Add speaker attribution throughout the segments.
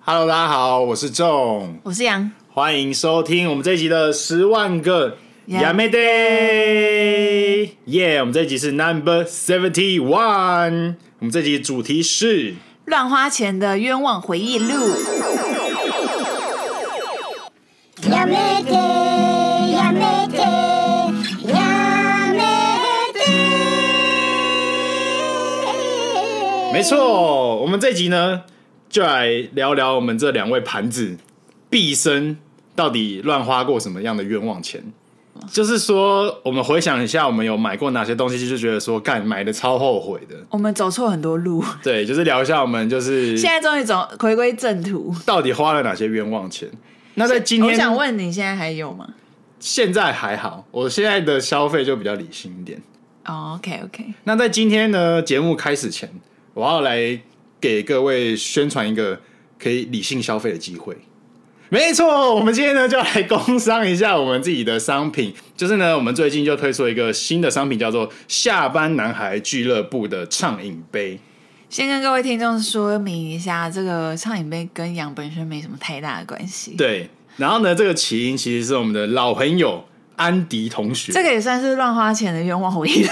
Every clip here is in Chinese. Speaker 1: Hello，大家好，我是仲，
Speaker 2: 我是杨，
Speaker 1: 欢迎收听我们这一集的十万个亚
Speaker 2: Yeah
Speaker 1: 妹 day。耶、我们这一集是 Number Seventy One，我们这集主题是
Speaker 2: 乱花钱的冤枉回忆录。
Speaker 3: やめてやめてやめて
Speaker 1: 没错，我们这集呢就来聊聊我们这两位盘子毕生到底乱花过什么样的冤枉钱。就是说，我们回想一下，我们有买过哪些东西，就觉得说，干买的超后悔的。
Speaker 2: 我们走错很多路，
Speaker 1: 对，就是聊一下我们就是
Speaker 2: 现在终于走回归正途。
Speaker 1: 到底花了哪些冤枉钱。那在今
Speaker 2: 我
Speaker 1: 天，
Speaker 2: 想问你，现在还有吗、
Speaker 1: 现在还好，我现在的消费就比较理性一点。哦
Speaker 2: o OK OK，
Speaker 1: 那在今天呢，节目开始前，我要来给各位宣传一个可以理性消费的机会。没错，我们今天呢就来工商一下我们自己的商品，就是呢，我们最近就推出一个新的商品，叫做“下班男孩俱乐部”的畅饮杯。
Speaker 2: 先跟各位听众说明一下，这个畅饮杯跟羊本身没什么太大的关系。，
Speaker 1: 对，然后呢，这个起因其实是我们的老朋友安迪同学，
Speaker 2: 这个也算是乱花钱的冤枉回 忆录。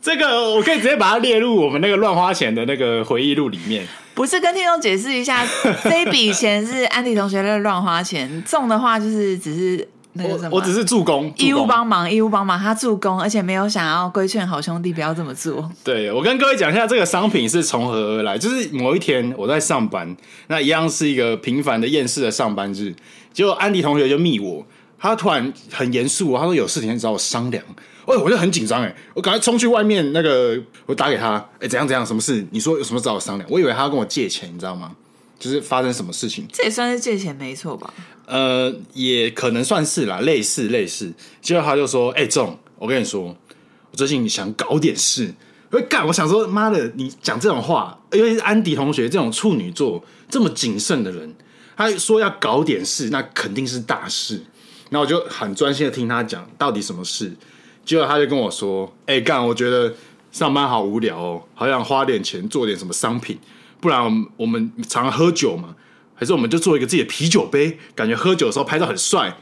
Speaker 1: 这个我可以直接把它列入我们那个乱花钱的那个回忆录里面。
Speaker 2: 不是跟听众解释一下，这一笔钱是安迪同学在乱花钱，中的话就是只是那个什
Speaker 1: 我
Speaker 2: 么，
Speaker 1: 我只是助攻，助
Speaker 2: 义务
Speaker 1: 攻
Speaker 2: 帮忙，义务帮忙，他助攻，而且没有想要规劝好兄弟不要这么做。
Speaker 1: 对我跟各位讲一下，这个商品是从何而来。就是某一天我在上班，那一样是一个平凡的厌世的上班日，结果安迪同学就密我，他突然很严肃哦，他说有事情找我商量。哦，我就很紧张哎，我赶快冲去外面那个，我打给他，哎、怎样怎样，什么事？你说有什么找我商量？我以为他要跟我借钱，你知道吗？就是发生什么事情，
Speaker 2: 这也算是借钱没错吧？
Speaker 1: 呃，也可能算是啦，类似类似。结果他就说：“哎、仲，我跟你说，我最近想搞点事。”我就干，我想说，妈的，你讲这种话，尤其是安迪同学这种处女座这么谨慎的人，他说要搞点事，那肯定是大事。然后我就很专心的听他讲到底什么事。结果他就跟我说：“哎、干，我觉得上班好无聊哦，好想花点钱做点什么商品，不然我们我们常常喝酒嘛，还是我们就做一个自己的啤酒杯，感觉喝酒的时候拍照很帅。”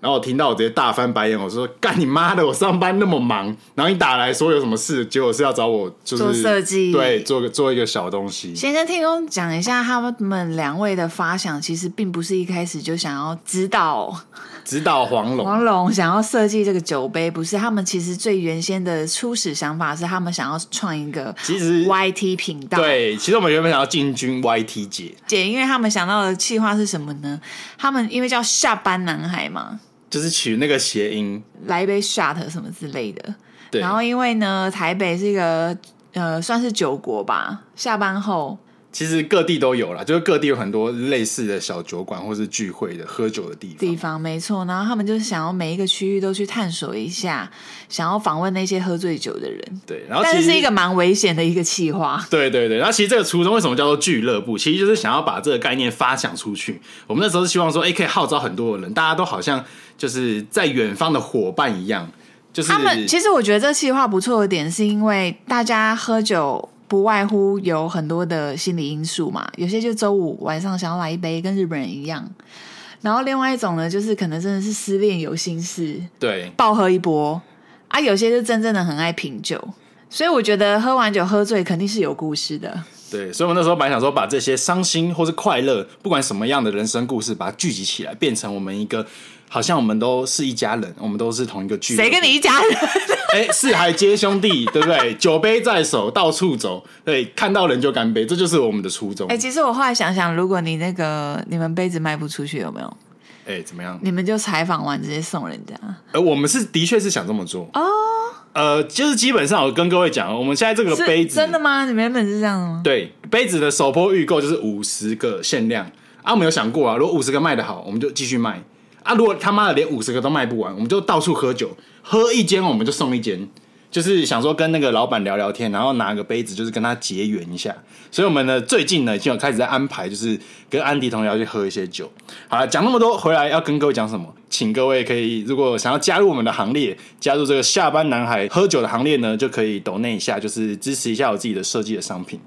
Speaker 1: 然后我听到我直接大翻白眼，我说：“干你妈的！我上班那么忙，然后你打来说有什么事，结果是要找我就是
Speaker 2: 做设计
Speaker 1: 对，做个做一个小东西。”
Speaker 2: 先跟听众讲一下，他们两位的发想其实并不是一开始就想要指导
Speaker 1: 指导黄龙，
Speaker 2: 王龙想要设计这个酒杯，不是他们其实最原先的初始想法是他们想要创一个
Speaker 1: 其实
Speaker 2: YT 频道，
Speaker 1: 对，其实我们原本想要进军 YT 界，
Speaker 2: 姐，因为他们想到的计划是什么呢？他们因为叫下班男孩嘛，
Speaker 1: 就是取那个谐音，
Speaker 2: 来一杯 shot 什么之类的，
Speaker 1: 对，
Speaker 2: 然后因为呢，台北是一个呃算是酒国吧，下班后
Speaker 1: 其实各地都有啦，就是各地有很多类似的小酒馆或是聚会的喝酒的地方。
Speaker 2: 地方没错，然后他们就是想要每一个区域都去探索一下，想要访问那些喝醉酒的人，
Speaker 1: 对，然后
Speaker 2: 但
Speaker 1: 其
Speaker 2: 是
Speaker 1: 实
Speaker 2: 是一个蛮危险的一个计划。
Speaker 1: 对对对，然后其实这个初衷为什么叫做俱乐部，其实就是想要把这个概念发想出去。我们那时候是希望说，哎，可以号召很多人，大家都好像就是在远方的伙伴一样，就是
Speaker 2: 他们其实我觉得这计划不错的点，是因为大家喝酒。不外乎有很多的心理因素嘛，有些就周五晚上想要来一杯，跟日本人一样。然后另外一种呢，就是可能真的是失恋有心事，
Speaker 1: 对
Speaker 2: 暴喝一波啊，有些是真正的很爱品酒，所以我觉得喝完酒喝醉肯定是有故事的。
Speaker 1: 对，所以我那时候本来想说，把这些伤心或是快乐，不管什么样的人生故事，把它聚集起来，变成我们一个，好像我们都是一家人，我们都是同一个聚。
Speaker 2: 谁跟你？一家人？
Speaker 1: 哎，四海皆兄弟， 对不对？酒杯在手，到处走，对，看到人就干杯，这就是我们的初衷。
Speaker 2: 哎、
Speaker 1: 哎、
Speaker 2: 其实我后来想想，如果你那个你们杯子卖不出去，有没有？
Speaker 1: 哎怎么样？
Speaker 2: 你们就采访完直接送人家。
Speaker 1: 呃，我们是的确是想这么做哦。呃，就是基本上我跟各位讲，我们现在这个
Speaker 2: 是
Speaker 1: 杯子
Speaker 2: 真的吗？你们原本是这样的吗？
Speaker 1: 对，杯子的首波预购就是五十个限量啊，我们有想过啊，如果五十个卖的好，我们就继续卖啊；如果他妈的连五十个都卖不完，我们就到处喝酒，喝一间我们就送一间，就是想说跟那个老板聊聊天，然后拿个杯子就是跟他结缘一下。所以我们呢最近呢已经有开始在安排，就是跟安迪同学要去喝一些酒。好了，讲那么多，回来要跟各位讲什么？请各位可以如果想要加入我们的行列，加入这个下班男孩喝酒的行列呢，就可以抖内一下，就是支持一下我自己的设计的商品。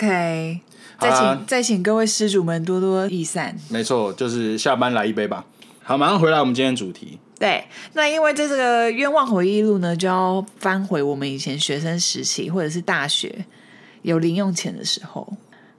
Speaker 2: OK，再
Speaker 1: 好
Speaker 2: 请、
Speaker 1: 啦
Speaker 2: 再请各位施主们多多益善。
Speaker 1: 没错，就是下班来一杯吧。好，马上回来我们今天的主题。
Speaker 2: 对，那因为这个冤枉回忆录呢，就要翻回我们以前学生时期或者是大学有零用钱的时候。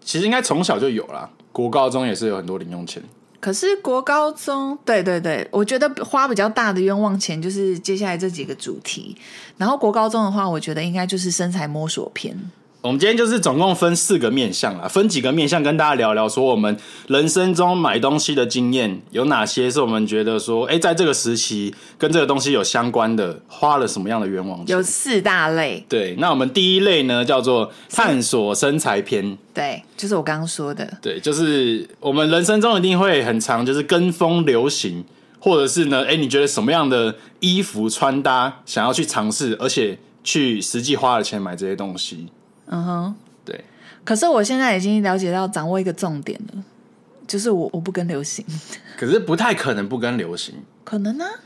Speaker 1: 其实应该从小就有啦，国高中也是有很多零用钱。
Speaker 2: 可是国高中，对对对，我觉得花比较大的冤枉钱就是接下来这几个主题。然后国高中的话，我觉得应该就是身材摸索篇。
Speaker 1: 我们今天就是总共分四个面向啦，分几个面向跟大家聊聊，说我们人生中买东西的经验有哪些是我们觉得说，哎、在这个时期跟这个东西有相关的，花了什么样的冤枉钱
Speaker 2: 有？四大类，
Speaker 1: 对，那我们第一类呢叫做探索身材篇，
Speaker 2: 对，就是我刚刚说的，
Speaker 1: 对，就是我们人生中一定会很长，就是跟风流行，或者是呢，哎、你觉得什么样的衣服穿搭想要去尝试，而且去实际花了钱买这些东西，
Speaker 2: 嗯哼。
Speaker 1: 对，
Speaker 2: 可是我现在已经了解到掌握一个重点了，就是我我不跟流行，
Speaker 1: 可是不太可能不跟流行。
Speaker 2: 可能呢、啊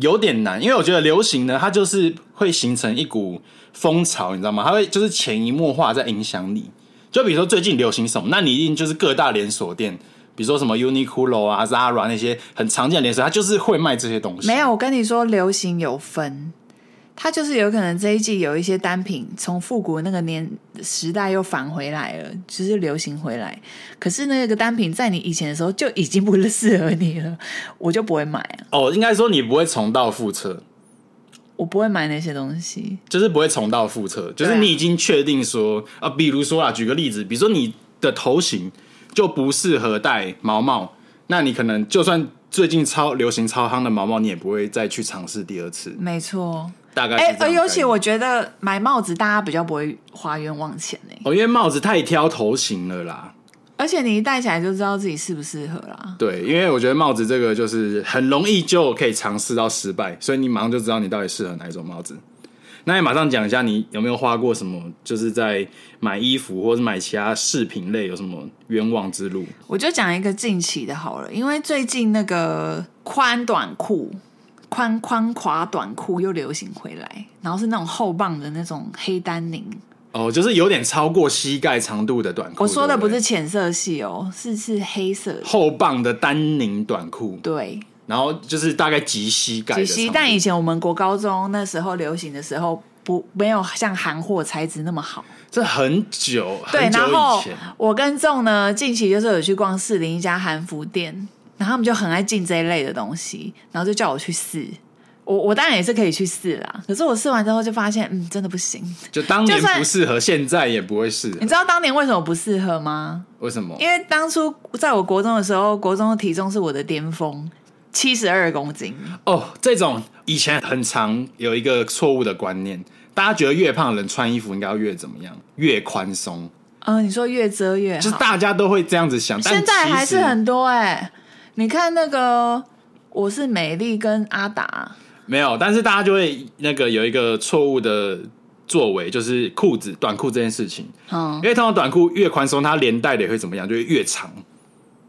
Speaker 1: 有点难，因为我觉得流行呢，它就是会形成一股风潮，你知道吗？它会就是潜移默化在影响你。就比如说最近流行什么，那你一定就是各大连锁店，比如说什么 Uniqlo 啊、Zara 那些很常见的连锁，它就是会卖这些东西。
Speaker 2: 没有，我跟你说，流行有分，它就是有可能这一季有一些单品从复古那个年时代又返回来了，就是流行回来。可是那个单品在你以前的时候就已经不适合你了，我就不会买啊，
Speaker 1: 哦，应该说你不会重蹈覆辙，
Speaker 2: 我不会买那些东西。
Speaker 1: 就是不会重蹈覆辙，就
Speaker 2: 对
Speaker 1: 是
Speaker 2: 啊
Speaker 1: 你已经确定说啊，比如说啊，举个例子，比如说你的头型就不适合戴毛毛，那你可能就算最近超流行超夯的毛毛，你也不会再去尝试第二次。
Speaker 2: 没错，
Speaker 1: 大概是这
Speaker 2: 哎
Speaker 1: 样、的
Speaker 2: 而
Speaker 1: 概
Speaker 2: 尤其
Speaker 1: 念
Speaker 2: 我觉得买帽子大家比较不会花冤枉钱欸呢、
Speaker 1: 哦，因为帽子太挑头型了啦。
Speaker 2: 而且你一戴起来就知道自己适不适合啦。
Speaker 1: 对，因为我觉得帽子这个就是很容易就可以尝试到失败，所以你马上就知道你到底适合哪一种帽子。那你马上讲一下，你有没有花过什么？就是在买衣服或者买其他饰品类有什么冤枉之路？
Speaker 2: 我就讲一个近期的好了，因为最近那个宽短裤、宽宽垮短裤又流行回来，然后是那种厚棒的那种黑丹宁。
Speaker 1: 哦，就是有点超过膝盖长度的短裤。
Speaker 2: 我说的
Speaker 1: 对
Speaker 2: 不
Speaker 1: 对
Speaker 2: 是浅色系哦，是是黑色的。
Speaker 1: 厚棒的丹宁短裤，
Speaker 2: 对，
Speaker 1: 然后就是大概及膝盖的
Speaker 2: 只
Speaker 1: 长度。
Speaker 2: 惜但以前我们国高中那时候流行的时候。不，没有像韩货材质那么好。
Speaker 1: 这很久，
Speaker 2: 对，
Speaker 1: 很久
Speaker 2: 然后
Speaker 1: 以前
Speaker 2: 我跟仲呢，近期就是有去逛士林一家韩服店，然后他们就很爱进这一类的东西，然后就叫我去试。我我当然也是可以去试啦，可是我试完之后就发现，嗯，真的不行。
Speaker 1: 就当年
Speaker 2: 就算嗯
Speaker 1: 不适合，现在也不会适合
Speaker 2: 你。知道当年为什么不适合吗？
Speaker 1: 为什么？
Speaker 2: 因为当初在我国中的时候，国中的体重是我的巅峰，七十二公斤。
Speaker 1: 哦，这种以前很常有一个错误的观念，大家觉得越胖的人穿衣服应该要越怎么样，越宽松，
Speaker 2: 嗯、你说越遮越
Speaker 1: 就是
Speaker 2: 哎好，
Speaker 1: 大家都会这样子想。但
Speaker 2: 现在
Speaker 1: 其实
Speaker 2: 还是很多哎、你看那个，我是美丽跟阿达，
Speaker 1: 没有，但是大家就会那个有一个错误的作为，就是裤子短裤这件事情，
Speaker 2: 嗯
Speaker 1: 因，为通常短裤越宽松，它连带的也会怎么样，就会越长。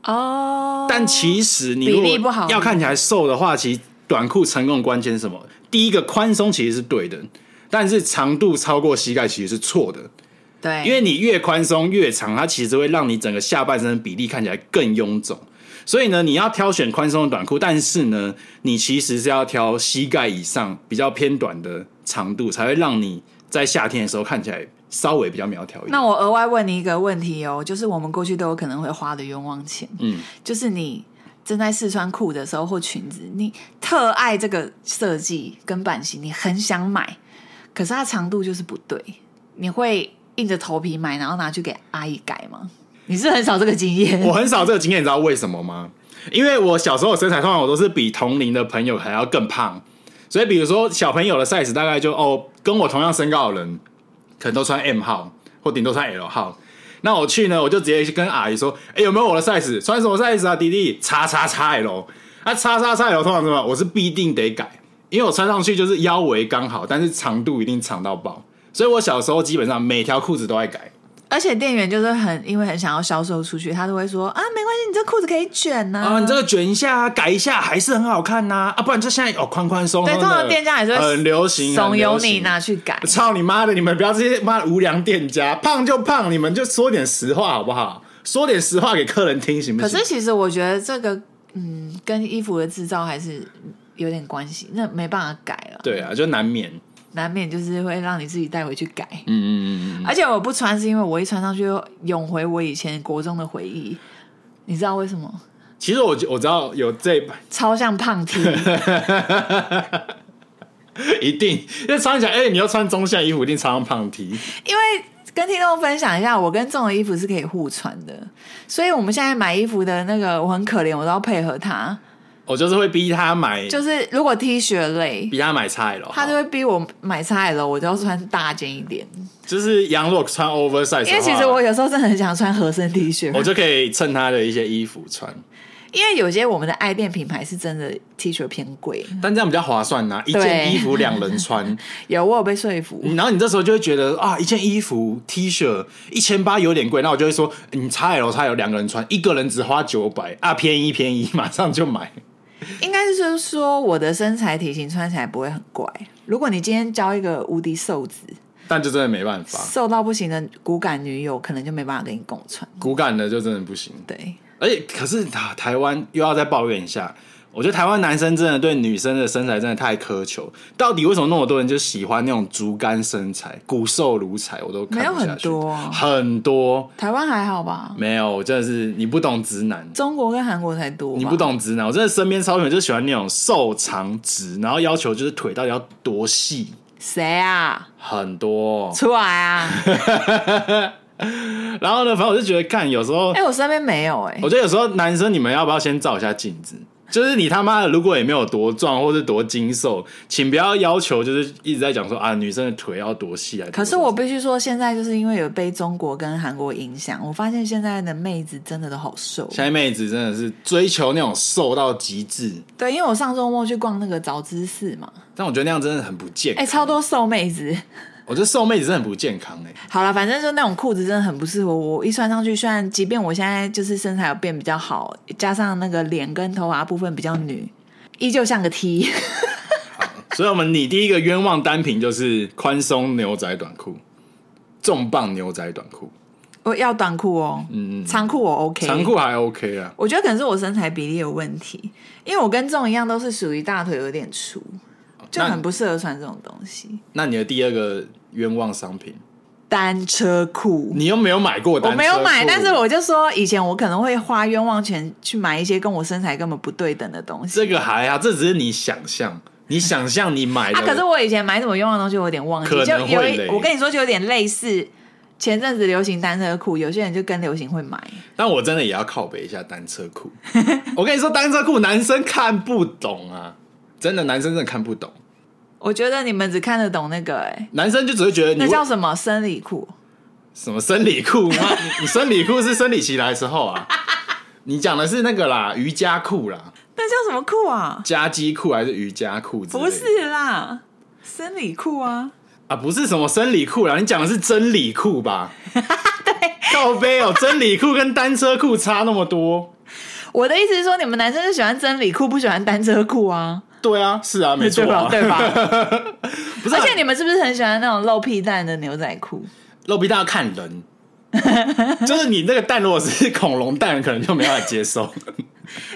Speaker 2: 哦，
Speaker 1: 但其实你
Speaker 2: 比
Speaker 1: 如
Speaker 2: 例不
Speaker 1: 果
Speaker 2: 好
Speaker 1: 要看起来瘦的话，其实短裤成功的关键是什么？第一个宽松其实是对的，但是长度超过膝盖其实是错的。
Speaker 2: 对，
Speaker 1: 因为你越宽松越长，它其实会让你整个下半身的比例看起来更臃肿。所以呢，你要挑选宽松的短裤，但是呢，你其实是要挑膝盖以上比较偏短的长度，才会让你在夏天的时候看起来稍微比较苗条 一点。
Speaker 2: 那我额外问你一个问题哦，就是我们过去都有可能会花的冤枉钱，
Speaker 1: 嗯，
Speaker 2: 就是你正在试穿裤的时候或裙子，你特爱这个设计跟版型，你很想买，可是它长度就是不对，你会硬着头皮买，然后拿去给阿姨改吗？你是很少这个经验
Speaker 1: 我很少这个经验，你知道为什么吗？因为我小时候的身材通常我都是比同龄的朋友还要更胖，所以比如说小朋友的 size 大概就哦，跟我同样身高的人可能都穿 M 号或顶多穿 L 号。那我去呢，我就直接去跟阿姨说：“哎、有没有我的 size？穿什么 size 啊，弟弟？叉叉叉 L。啊，叉叉叉 L 通常是什么？我是必定得改，因为我穿上去就是腰围刚好，但是长度一定长到爆。所以我小时候基本上每条裤子都在改。
Speaker 2: 而且店员就是很因为很想要销售出去，他都会说啊，没关系，你这裤子可以卷呐、
Speaker 1: 啊，你这个卷一下、改一下还是很好看呐、啊，不然就现在哦宽宽松松的。
Speaker 2: 对，通常店家还是会
Speaker 1: 很流行，
Speaker 2: 怂
Speaker 1: 很流
Speaker 2: 恿你
Speaker 1: 行
Speaker 2: 拿去改。
Speaker 1: 操你妈的！你们不要这些妈的无良店家，胖就胖，你们就说点实话好不好？说点实话给客人听行不
Speaker 2: 可
Speaker 1: 行？
Speaker 2: 是其实我觉得这个，嗯，跟衣服的制造还是有点关系，那没办法改了，
Speaker 1: 对啊，就难免。
Speaker 2: 难免就是会让你自己带回去改。
Speaker 1: 嗯嗯嗯嗯，
Speaker 2: 而且我不穿是因为我一穿上去又涌回我以前国中的回忆，你知道为什么？
Speaker 1: 其实我我知道有这一版，
Speaker 2: 超像 胖 T，
Speaker 1: 一定，因为穿起来，哎、你要穿中线衣服，一定穿上胖 T。
Speaker 2: 因为跟听众分享一下，我跟这种衣服是可以互穿的，所以我们现在买衣服的那个我很可怜，我都要配合他，
Speaker 1: 我就是会逼他买，
Speaker 2: 就是如果 T 恤类。
Speaker 1: 逼他买菜了。
Speaker 2: 他就会逼我买菜了，我就要穿大件一点，
Speaker 1: 就是羊肉穿 oversize，
Speaker 2: 因为其实我有时候真的很想穿合身 T 恤，
Speaker 1: 我就可以衬他的一些衣服穿，
Speaker 2: 因为有些我们的爱店品牌是真的 T 恤偏贵，
Speaker 1: 但这样比较划算呐、一件
Speaker 2: 对
Speaker 1: 衣服两人穿，
Speaker 2: 有我有被说服，
Speaker 1: 然后你这时候就会觉得啊，一件衣服 T 恤一千八有点贵，那我就会说嗯欸你 XL XL 两个人穿，一个人只花九百啊，便宜便宜，马上就买。
Speaker 2: 应该是说我的身材体型穿起来不会很怪。如果你今天交一个无敌瘦子，
Speaker 1: 但就真的没办法，
Speaker 2: 瘦到不行的骨感女友，可能就没办法跟你共存。
Speaker 1: 骨感的就真的不行。
Speaker 2: 对，
Speaker 1: 而且可是啊，台湾又要再抱怨一下，我觉得台湾男生真的对女生的身材真的太苛求。到底为什么那么多人就喜欢那种竹竿身材、骨瘦如柴？我都看
Speaker 2: 没有
Speaker 1: 不下
Speaker 2: 很
Speaker 1: 去
Speaker 2: 多啊
Speaker 1: 很多
Speaker 2: 台湾还好吧？
Speaker 1: 没有，我真的是你不懂直男。
Speaker 2: 中国跟韩国才多吧，
Speaker 1: 你不懂直男，我真的身边超多人就喜欢那种瘦长直，然后要求就是腿到底要多细，
Speaker 2: 谁啊？
Speaker 1: 很多。
Speaker 2: 出来 啊！
Speaker 1: 然后呢，反正我就觉得看有时候
Speaker 2: 哎、我身边没有哎、
Speaker 1: 我觉得有时候男生你们要不要先照一下镜子？就是你他妈的，如果也没有多壮或是多精瘦，请不要要求就是一直在讲说啊，女生的腿要多细啊。
Speaker 2: 可是我必须说，现在就是因为有被中国跟韩国影响，我发现现在的妹子真的都好瘦。
Speaker 1: 现在妹子真的是追求那种瘦到极致，
Speaker 2: 对，因为我上周末去逛那个早知寺嘛，
Speaker 1: 但我觉得那样真的很不健康。
Speaker 2: 哎、超多瘦妹子。
Speaker 1: 我觉得瘦妹子真的很不健康哎、
Speaker 2: 好了，反正就那种裤子真的很不适合我。我一穿上去，虽然即便我现在就是身材有变比较好，加上那个脸跟头发部分比较女，依旧像个 T。
Speaker 1: 所以我们你第一个冤枉单品就是宽松牛仔短裤，重磅牛仔短裤，
Speaker 2: 我要短裤哦，
Speaker 1: 嗯，
Speaker 2: 长裤我 OK。
Speaker 1: 长裤还 OK 啊。
Speaker 2: 我觉得可能是我身材比例有问题，因为我跟这种一样都是属于大腿有点粗，就
Speaker 1: 那
Speaker 2: 很不适合穿这种东西。
Speaker 1: 那你的第二个冤枉商品，
Speaker 2: 单车裤。
Speaker 1: 你又没有买过单
Speaker 2: 我
Speaker 1: 车裤，
Speaker 2: 没有买，但是我就说，以前我可能会花冤枉钱去买一些跟我身材根本不对等的东西。
Speaker 1: 这个还啊好，这只是你想象，你想象你买的。
Speaker 2: 啊，可是我以前买什么用的东西，我有点忘记，
Speaker 1: 可
Speaker 2: 就
Speaker 1: 能
Speaker 2: 有
Speaker 1: 会
Speaker 2: 一
Speaker 1: 嘞
Speaker 2: 我跟你说，就有点类似前阵子流行单车裤，有些人就跟流行会买，
Speaker 1: 但我真的也要靠北一下单车裤。我跟你说，单车裤男生看不懂啊，真的男生真的看不懂，
Speaker 2: 我觉得你们只看得懂那个、欸，
Speaker 1: 男生就只会觉得你
Speaker 2: 那
Speaker 1: 为
Speaker 2: 叫什么生理裤？
Speaker 1: 什么生理裤吗？你你生理裤是生理期来的时候啊。你讲的是那个啦，瑜伽裤啦，
Speaker 2: 那叫什么裤啊？
Speaker 1: 夹肌裤还是瑜伽裤之类的？
Speaker 2: 不是啦，生理裤啊！
Speaker 1: 啊，不是什么生理裤啦，你讲的是真理裤吧？ 对，靠背哦，真理裤跟单车裤差那么多。
Speaker 2: 我的意思是说，你们男生就喜欢真理裤，不喜欢单车裤啊，
Speaker 1: 对啊，是 啊，没错、啊，
Speaker 2: 对吧？对吧？
Speaker 1: 不是啊、
Speaker 2: 而且你们是不是很喜欢那种露屁蛋的牛仔裤？
Speaker 1: 肉皮蛋要看人， 就是你那个蛋如果是恐龙蛋，可能就没办法接 受，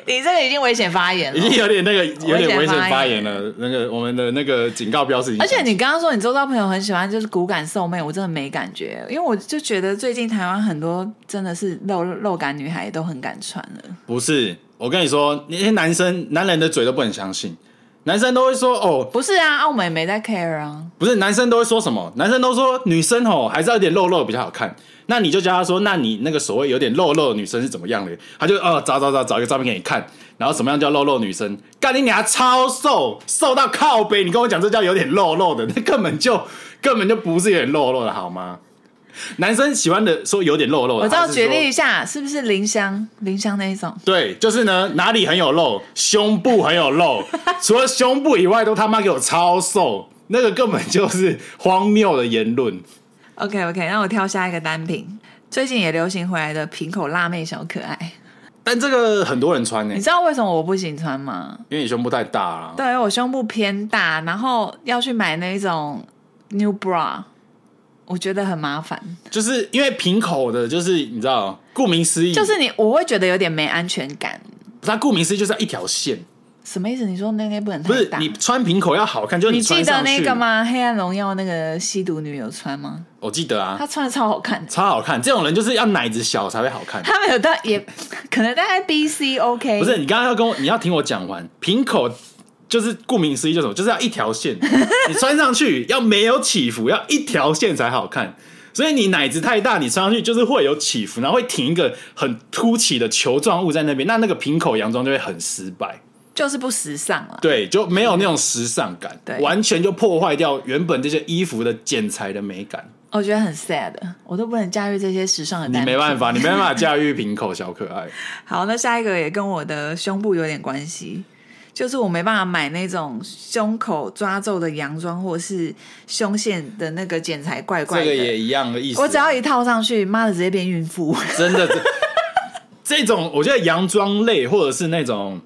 Speaker 2: 你这个已经危险发言
Speaker 1: 已
Speaker 2: 了。
Speaker 1: 经有点那个有点危
Speaker 2: 哦危险
Speaker 1: 险
Speaker 2: 发
Speaker 1: 发言
Speaker 2: 言
Speaker 1: 了。那个我们的那个警告标识已经
Speaker 2: 而
Speaker 1: 响起，
Speaker 2: 且你刚刚说你周遭朋友很喜欢就是骨感瘦妹，我真的没感觉，因为我就觉得最近台湾很多真的是肉肉感女孩都很敢穿了。
Speaker 1: 不是我跟你说，那些男生男人的嘴都不能相信，男生都会说哦，
Speaker 2: 不是啊，澳门也没在 care 啊，
Speaker 1: 不是男生都会说什么？男生都说女生吼还是要有点肉肉比较好看。那你就教他说，那你那个所谓有点肉肉的女生是怎么样的？他就哦找找找找一个照片给你看，然后什么样叫肉肉女生？干你娘超瘦，瘦到靠背！你跟我讲这叫有点肉肉的，那根本就根本就不是有点肉肉的好吗？男生喜欢的说有点肉肉的，
Speaker 2: 我知道，
Speaker 1: 他是说
Speaker 2: 举例一下，是不是林香林香那一种？
Speaker 1: 对，就是呢，哪里很有肉，胸部很有 肉，除了胸部以外，都他妈给我超瘦，那个根本就是荒谬的言论。
Speaker 2: OK OK，那我挑下一个单品，最近也流行回来的平口辣妹小可爱，
Speaker 1: 但这个很多人穿呢、欸
Speaker 2: 你知道为什么我不行穿吗？
Speaker 1: 因为你胸部太大了。
Speaker 2: 对，因为我胸部偏大，然后要去买那种 new bra，我觉得很麻烦。
Speaker 1: 就是因为平口的，就是你知道，顾名思义，
Speaker 2: 就是你，我会觉得有点没安全感。
Speaker 1: 它顾名思义就是要一条线，
Speaker 2: 什么意思？你说那个不能
Speaker 1: 不
Speaker 2: 太
Speaker 1: 是
Speaker 2: 大？
Speaker 1: 你穿平口要好看，就是
Speaker 2: 你记
Speaker 1: 穿
Speaker 2: 得
Speaker 1: 上去
Speaker 2: 那个？吗？黑暗荣耀那个吸毒女有穿吗？
Speaker 1: 我记得啊
Speaker 2: 她，穿的超好看的，
Speaker 1: 超好看。这种人就是要奶子小才会好看。
Speaker 2: 她没有到 也可能大概 B C O K，
Speaker 1: 不是，你刚刚要跟我，你要听我讲完。平口就是顾名思义，就是什么，就是要一条 线，你穿上去要没有起伏，要一条线才好看。所以你奶子太大，你穿上去就是会有起伏，然后会挺一个很凸起的球状物在那边，那那个平口洋装就会很失败，
Speaker 2: 就是不时尚啊。
Speaker 1: 对，就没有那种时尚感
Speaker 2: 对，
Speaker 1: 完全就破坏掉原本这些衣服的剪裁的美感。
Speaker 2: 我觉得很 sad，我都不能驾驭这些时尚的
Speaker 1: 你
Speaker 2: 单品。
Speaker 1: 没办法，你没办法驾驭平口小可爱。
Speaker 2: 好，那下一个也跟我的胸部有点关系，就是我没办法买那种胸口抓皱的洋装，或是胸线的那个剪裁怪怪
Speaker 1: 这
Speaker 2: 的。
Speaker 1: 个也一样的意思啊。
Speaker 2: 我只要一套上去，妈的，直接变孕妇。
Speaker 1: 真的，这这种我觉得洋装类或者是那种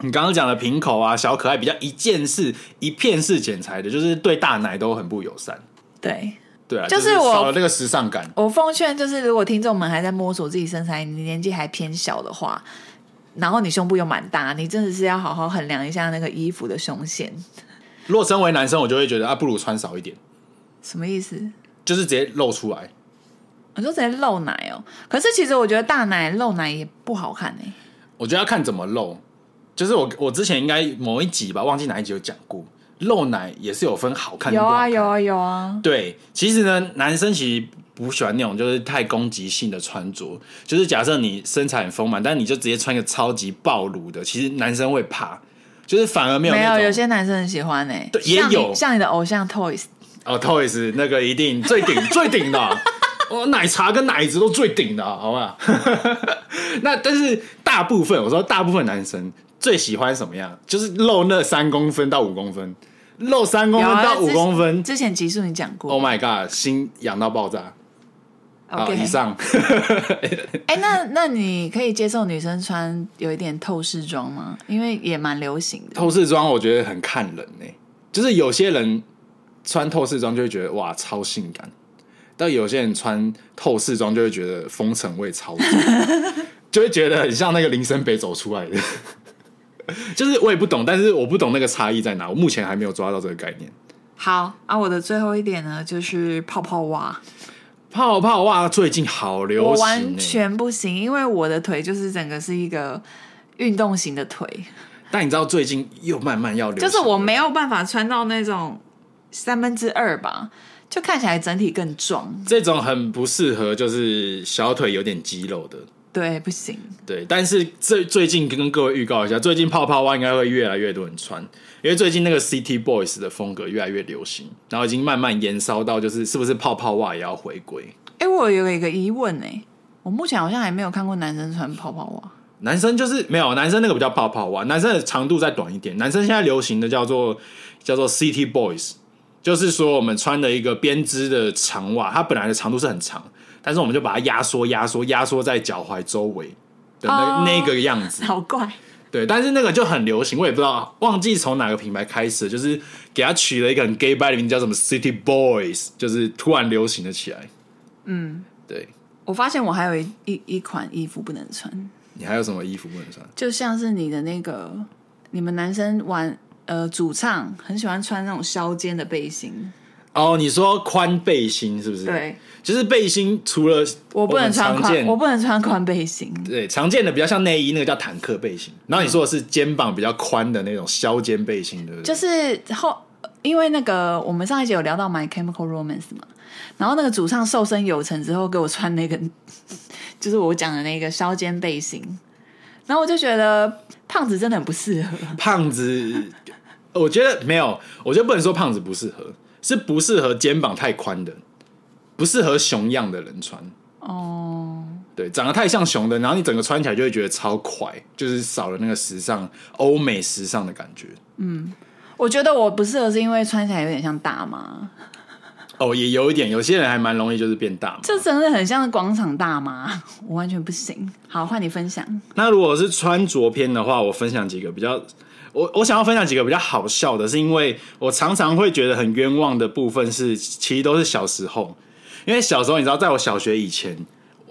Speaker 1: 你刚刚讲的平口啊、小可爱，比较一件式、一片式剪裁的，就是对大奶都很不友善。
Speaker 2: 对
Speaker 1: 对啊，
Speaker 2: 就
Speaker 1: 就是
Speaker 2: 我
Speaker 1: 少了那个时尚感。
Speaker 2: 我奉劝，就是如果听众们还在摸索自己身材，你年纪还偏小的话，然后你胸部又蛮大，你真的是要好好衡量一下那个衣服的胸线，
Speaker 1: 如果身为男生，我就会觉得啊，不如穿少一点，
Speaker 2: 什么意思？
Speaker 1: 就是直接露出来。
Speaker 2: 我就直接露奶哦。可是其实我觉得大奶露奶也不好看哎、
Speaker 1: 我觉得要看怎么露。就是我我之前应该某一集吧，忘记哪一集有讲过，露奶也是有分好看跟
Speaker 2: 有
Speaker 1: 不好
Speaker 2: 啊
Speaker 1: 看
Speaker 2: 有啊有啊，
Speaker 1: 对，其实呢，男生其实不喜欢那种就是太攻击性的穿着。就是假设你身材很丰满，但你就直接穿个超级暴露的，其实男生会怕，就是反而没有
Speaker 2: 没
Speaker 1: 那种
Speaker 2: 有，些男生很喜欢哎、
Speaker 1: 对也
Speaker 2: 像你
Speaker 1: 有
Speaker 2: 像你的偶像 Toys，
Speaker 1: 哦，Toys 那个一定最顶最顶的啊、哦，奶茶跟奶子都最顶的啊、好吧？那但是大部分我说大部分男生最喜欢什么样？就是露那三公分到五公分，露三公
Speaker 2: 有
Speaker 1: 分
Speaker 2: 啊
Speaker 1: 到五
Speaker 2: 之
Speaker 1: 公分。
Speaker 2: 之前集数你讲过
Speaker 1: Oh my god，心痒到爆炸！好
Speaker 2: OK
Speaker 1: 以上。
Speaker 2: 哎、那那你可以接受女生穿有一点透视装吗？因为也蛮流行的。
Speaker 1: 透视装我觉得很看人呢、就是有些人穿透视装就会觉得哇超性感，但有些人穿透视装就会觉得风尘味超 重，就会觉得很像那个林森北走出来的。 就是我也不懂，但是我不懂那个差异在哪，我目前还没有抓到这个概念。
Speaker 2: 好啊，我的最后一点呢就是泡泡袜，
Speaker 1: 泡泡袜最近好流行、
Speaker 2: 我
Speaker 1: 欸，
Speaker 2: 完全不行，因为我的腿就是整个是一个运动型的腿，
Speaker 1: 但你知道最近又慢慢要流行
Speaker 2: 就
Speaker 1: 了，
Speaker 2: 是我没有办法穿到那种三分之二吧，就看起来整体更壮。
Speaker 1: 这种很不适合，就是小腿有点肌肉的。
Speaker 2: 对，不行。
Speaker 1: 对，但是最最近跟各位预告一下，最近泡泡袜应该会越来越多人穿，因为最近那个 City Boys 的风格越来越流行，然后已经慢慢延烧到就是是不是泡泡袜也要回归？
Speaker 2: 哎、我有一个疑问哎、我目前好像还没有看过男生穿泡泡袜。
Speaker 1: 男生就是没有，男生那个不叫泡泡袜，男生的长度再短一点。男生现在流行的叫做叫做 City Boys，就是说我们穿的一个编织的长袜，它本来的长度是很长，但是我们就把它压缩、压缩、压缩在脚踝周围的那、
Speaker 2: 哦
Speaker 1: 那个样子。
Speaker 2: 好怪。
Speaker 1: 对，但是那个就很流行，我也不知道，忘记从哪个品牌开始，就是给它取了一个很 gay bye 的名字，叫什么 City Boys，就是突然流行了起来。嗯，对。
Speaker 2: 我发现我还有一一一款衣服不能穿，
Speaker 1: 你还有什么衣服不能穿？
Speaker 2: 就像是你的那个，你们男生玩呃主唱很喜欢穿那种削肩的背心，
Speaker 1: 哦，你说宽背心是不是？，
Speaker 2: 对
Speaker 1: 就是背心除了
Speaker 2: 我不能穿
Speaker 1: 们常
Speaker 2: 宽，
Speaker 1: 见
Speaker 2: 我不能穿宽背心。
Speaker 1: 对常见的比较像内衣，那个叫坦克背心。然后你说的是肩膀比较宽的那种削肩背心，对不对？
Speaker 2: 嗯就是后，因为那个我们上一集有聊到 My Chemical Romance 嘛，然后那个主唱瘦身有成之后，给我穿那个 就是我讲的那个削肩背心，然后我就觉得胖子真的很不适合。
Speaker 1: 胖子，我觉得没有，我觉得不能说胖子不适合，是不适合肩膀太宽的，不适合熊样的人穿。
Speaker 2: 哦，
Speaker 1: 对，长得太像熊的，然后你整个穿起来就会觉得超快，就是少了那个时尚欧美时尚的感觉。
Speaker 2: 我觉得我不适合是因为穿起来有点像大妈，
Speaker 1: 哦，也有一点，有些人还蛮容易就是变大嘛。
Speaker 2: 这真的很像广场大妈，我完全不行。好，换你分 享。
Speaker 1: 那如果是穿着篇的话，我分享几个比较，我我想要分享几个比较好笑的，是因为我常常会觉得很冤枉的部分是，其实都是小时候，因为小时候你知道，在我小学以前，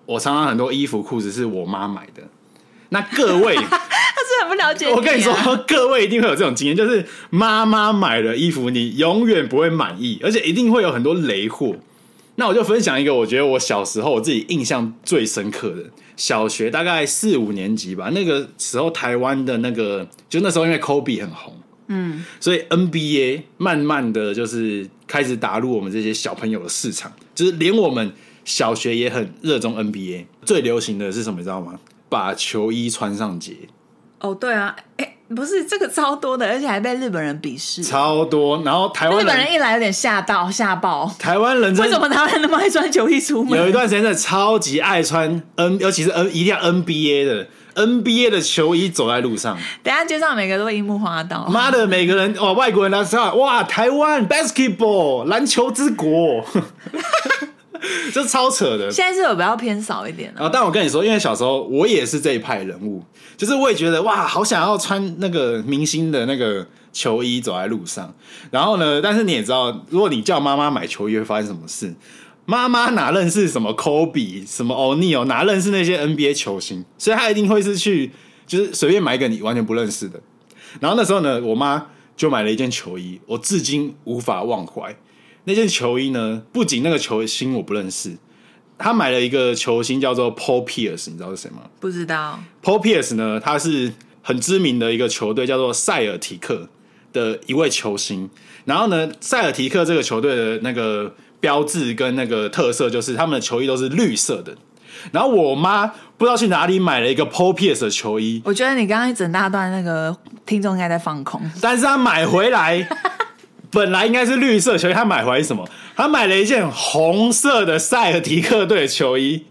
Speaker 1: 我常常很多衣服裤子是我妈买的。那各位，
Speaker 2: 他是很不了解、啊
Speaker 1: 我跟你说， 各位一定会有这种经验，就是妈妈买的衣服你永远不会满意，而且一定会有很多雷货。那我就分享一个，我觉得我小时候我自己印象最深刻的，小学大概四五年级吧，那个时候台湾的那个，就那时候因为 Kobe 很红，嗯，所以 NBA 慢慢的就是开始打入我们这些小朋友的市场，就是连我们小学也很热衷 NBA。最流行的是什么，你知道吗？把球衣穿上街。
Speaker 2: 哦，对啊，哎，不是这个超多的，而且还被日本人鄙视。
Speaker 1: 超多。然后台湾
Speaker 2: 日本人
Speaker 1: 人，
Speaker 2: 一来有点吓到吓爆，
Speaker 1: 台湾人真
Speaker 2: 为
Speaker 1: 的
Speaker 2: 什么台湾人那么爱穿球衣出门？
Speaker 1: 有一段时间真的超级爱穿 N，尤其是 N 一定要 NBA 的 NBA 的球衣走在路上，
Speaker 2: 等一下街上每个都会樱木花道，
Speaker 1: 妈的，每个人哦，外国人啊，上哇，台湾 basketball 篮球之国， 这超扯的。
Speaker 2: 现在是有比较偏少一点的、
Speaker 1: 啊！但我跟你说，因为小时候我也是这一派人物，就是我也觉得哇，好想要穿那个明星的那个球衣走在路上。然后呢，但是你也知道，如果你叫妈妈买球衣，会发生什么事？妈妈哪认识什么 Kobe、什么 O'Neal，哪认识那些 NBA 球星？所以她一定会是去就是随便买一个你完全不认识的。然后那时候呢，我妈就买了一件球衣，我至今无法忘怀。那件球衣呢，不仅那个球星我不认识，她买了一个球星叫做 Paul Pierce，你知道是谁吗
Speaker 2: 不知道，
Speaker 1: ？Paul Pierce 呢，他是很知名的一个球队叫做塞尔提克的一位球星。然后呢，塞尔提克这个球队的那个标志跟那个特色就是他们的球衣都是绿色的。然后我妈不知道去哪里买了一个 Paul Pierce 的球衣，
Speaker 2: 我觉得你刚刚一整大段那个听众应该在放空，
Speaker 1: 但是他买回来本来应该是绿色球衣，他买回来是什么？他买了一件红色的塞尔提克队的球衣，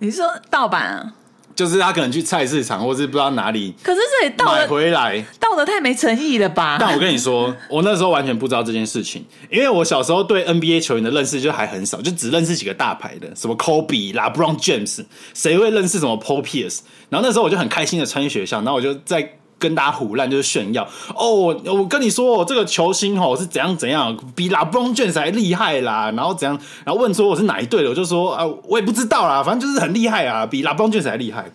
Speaker 2: 你是说盗版啊？
Speaker 1: 就是他可能去菜市场或是不知道哪里
Speaker 2: 可是这里盗
Speaker 1: 买
Speaker 2: 的
Speaker 1: 回来。
Speaker 2: 盗的太没诚意了吧？
Speaker 1: 但我跟你说，我那时候完全不知道这件事情，因为我小时候对 NBA 球员的认识就还很少，就只认识几个大牌的，什么 Kobe、LeBron James，谁会认识什么 Paul Pierce？然后那时候我就很开心的穿越学校，然后我就在。跟大家胡乱就是炫耀哦，我我跟你说，我这个球星哦是怎样怎样，比 LeBron James 还厉害啦，然后怎样，然后问说我是哪一队的，我就说啊，我也不知道啦，反正就是很厉害啊，比 LeBron James 还厉害。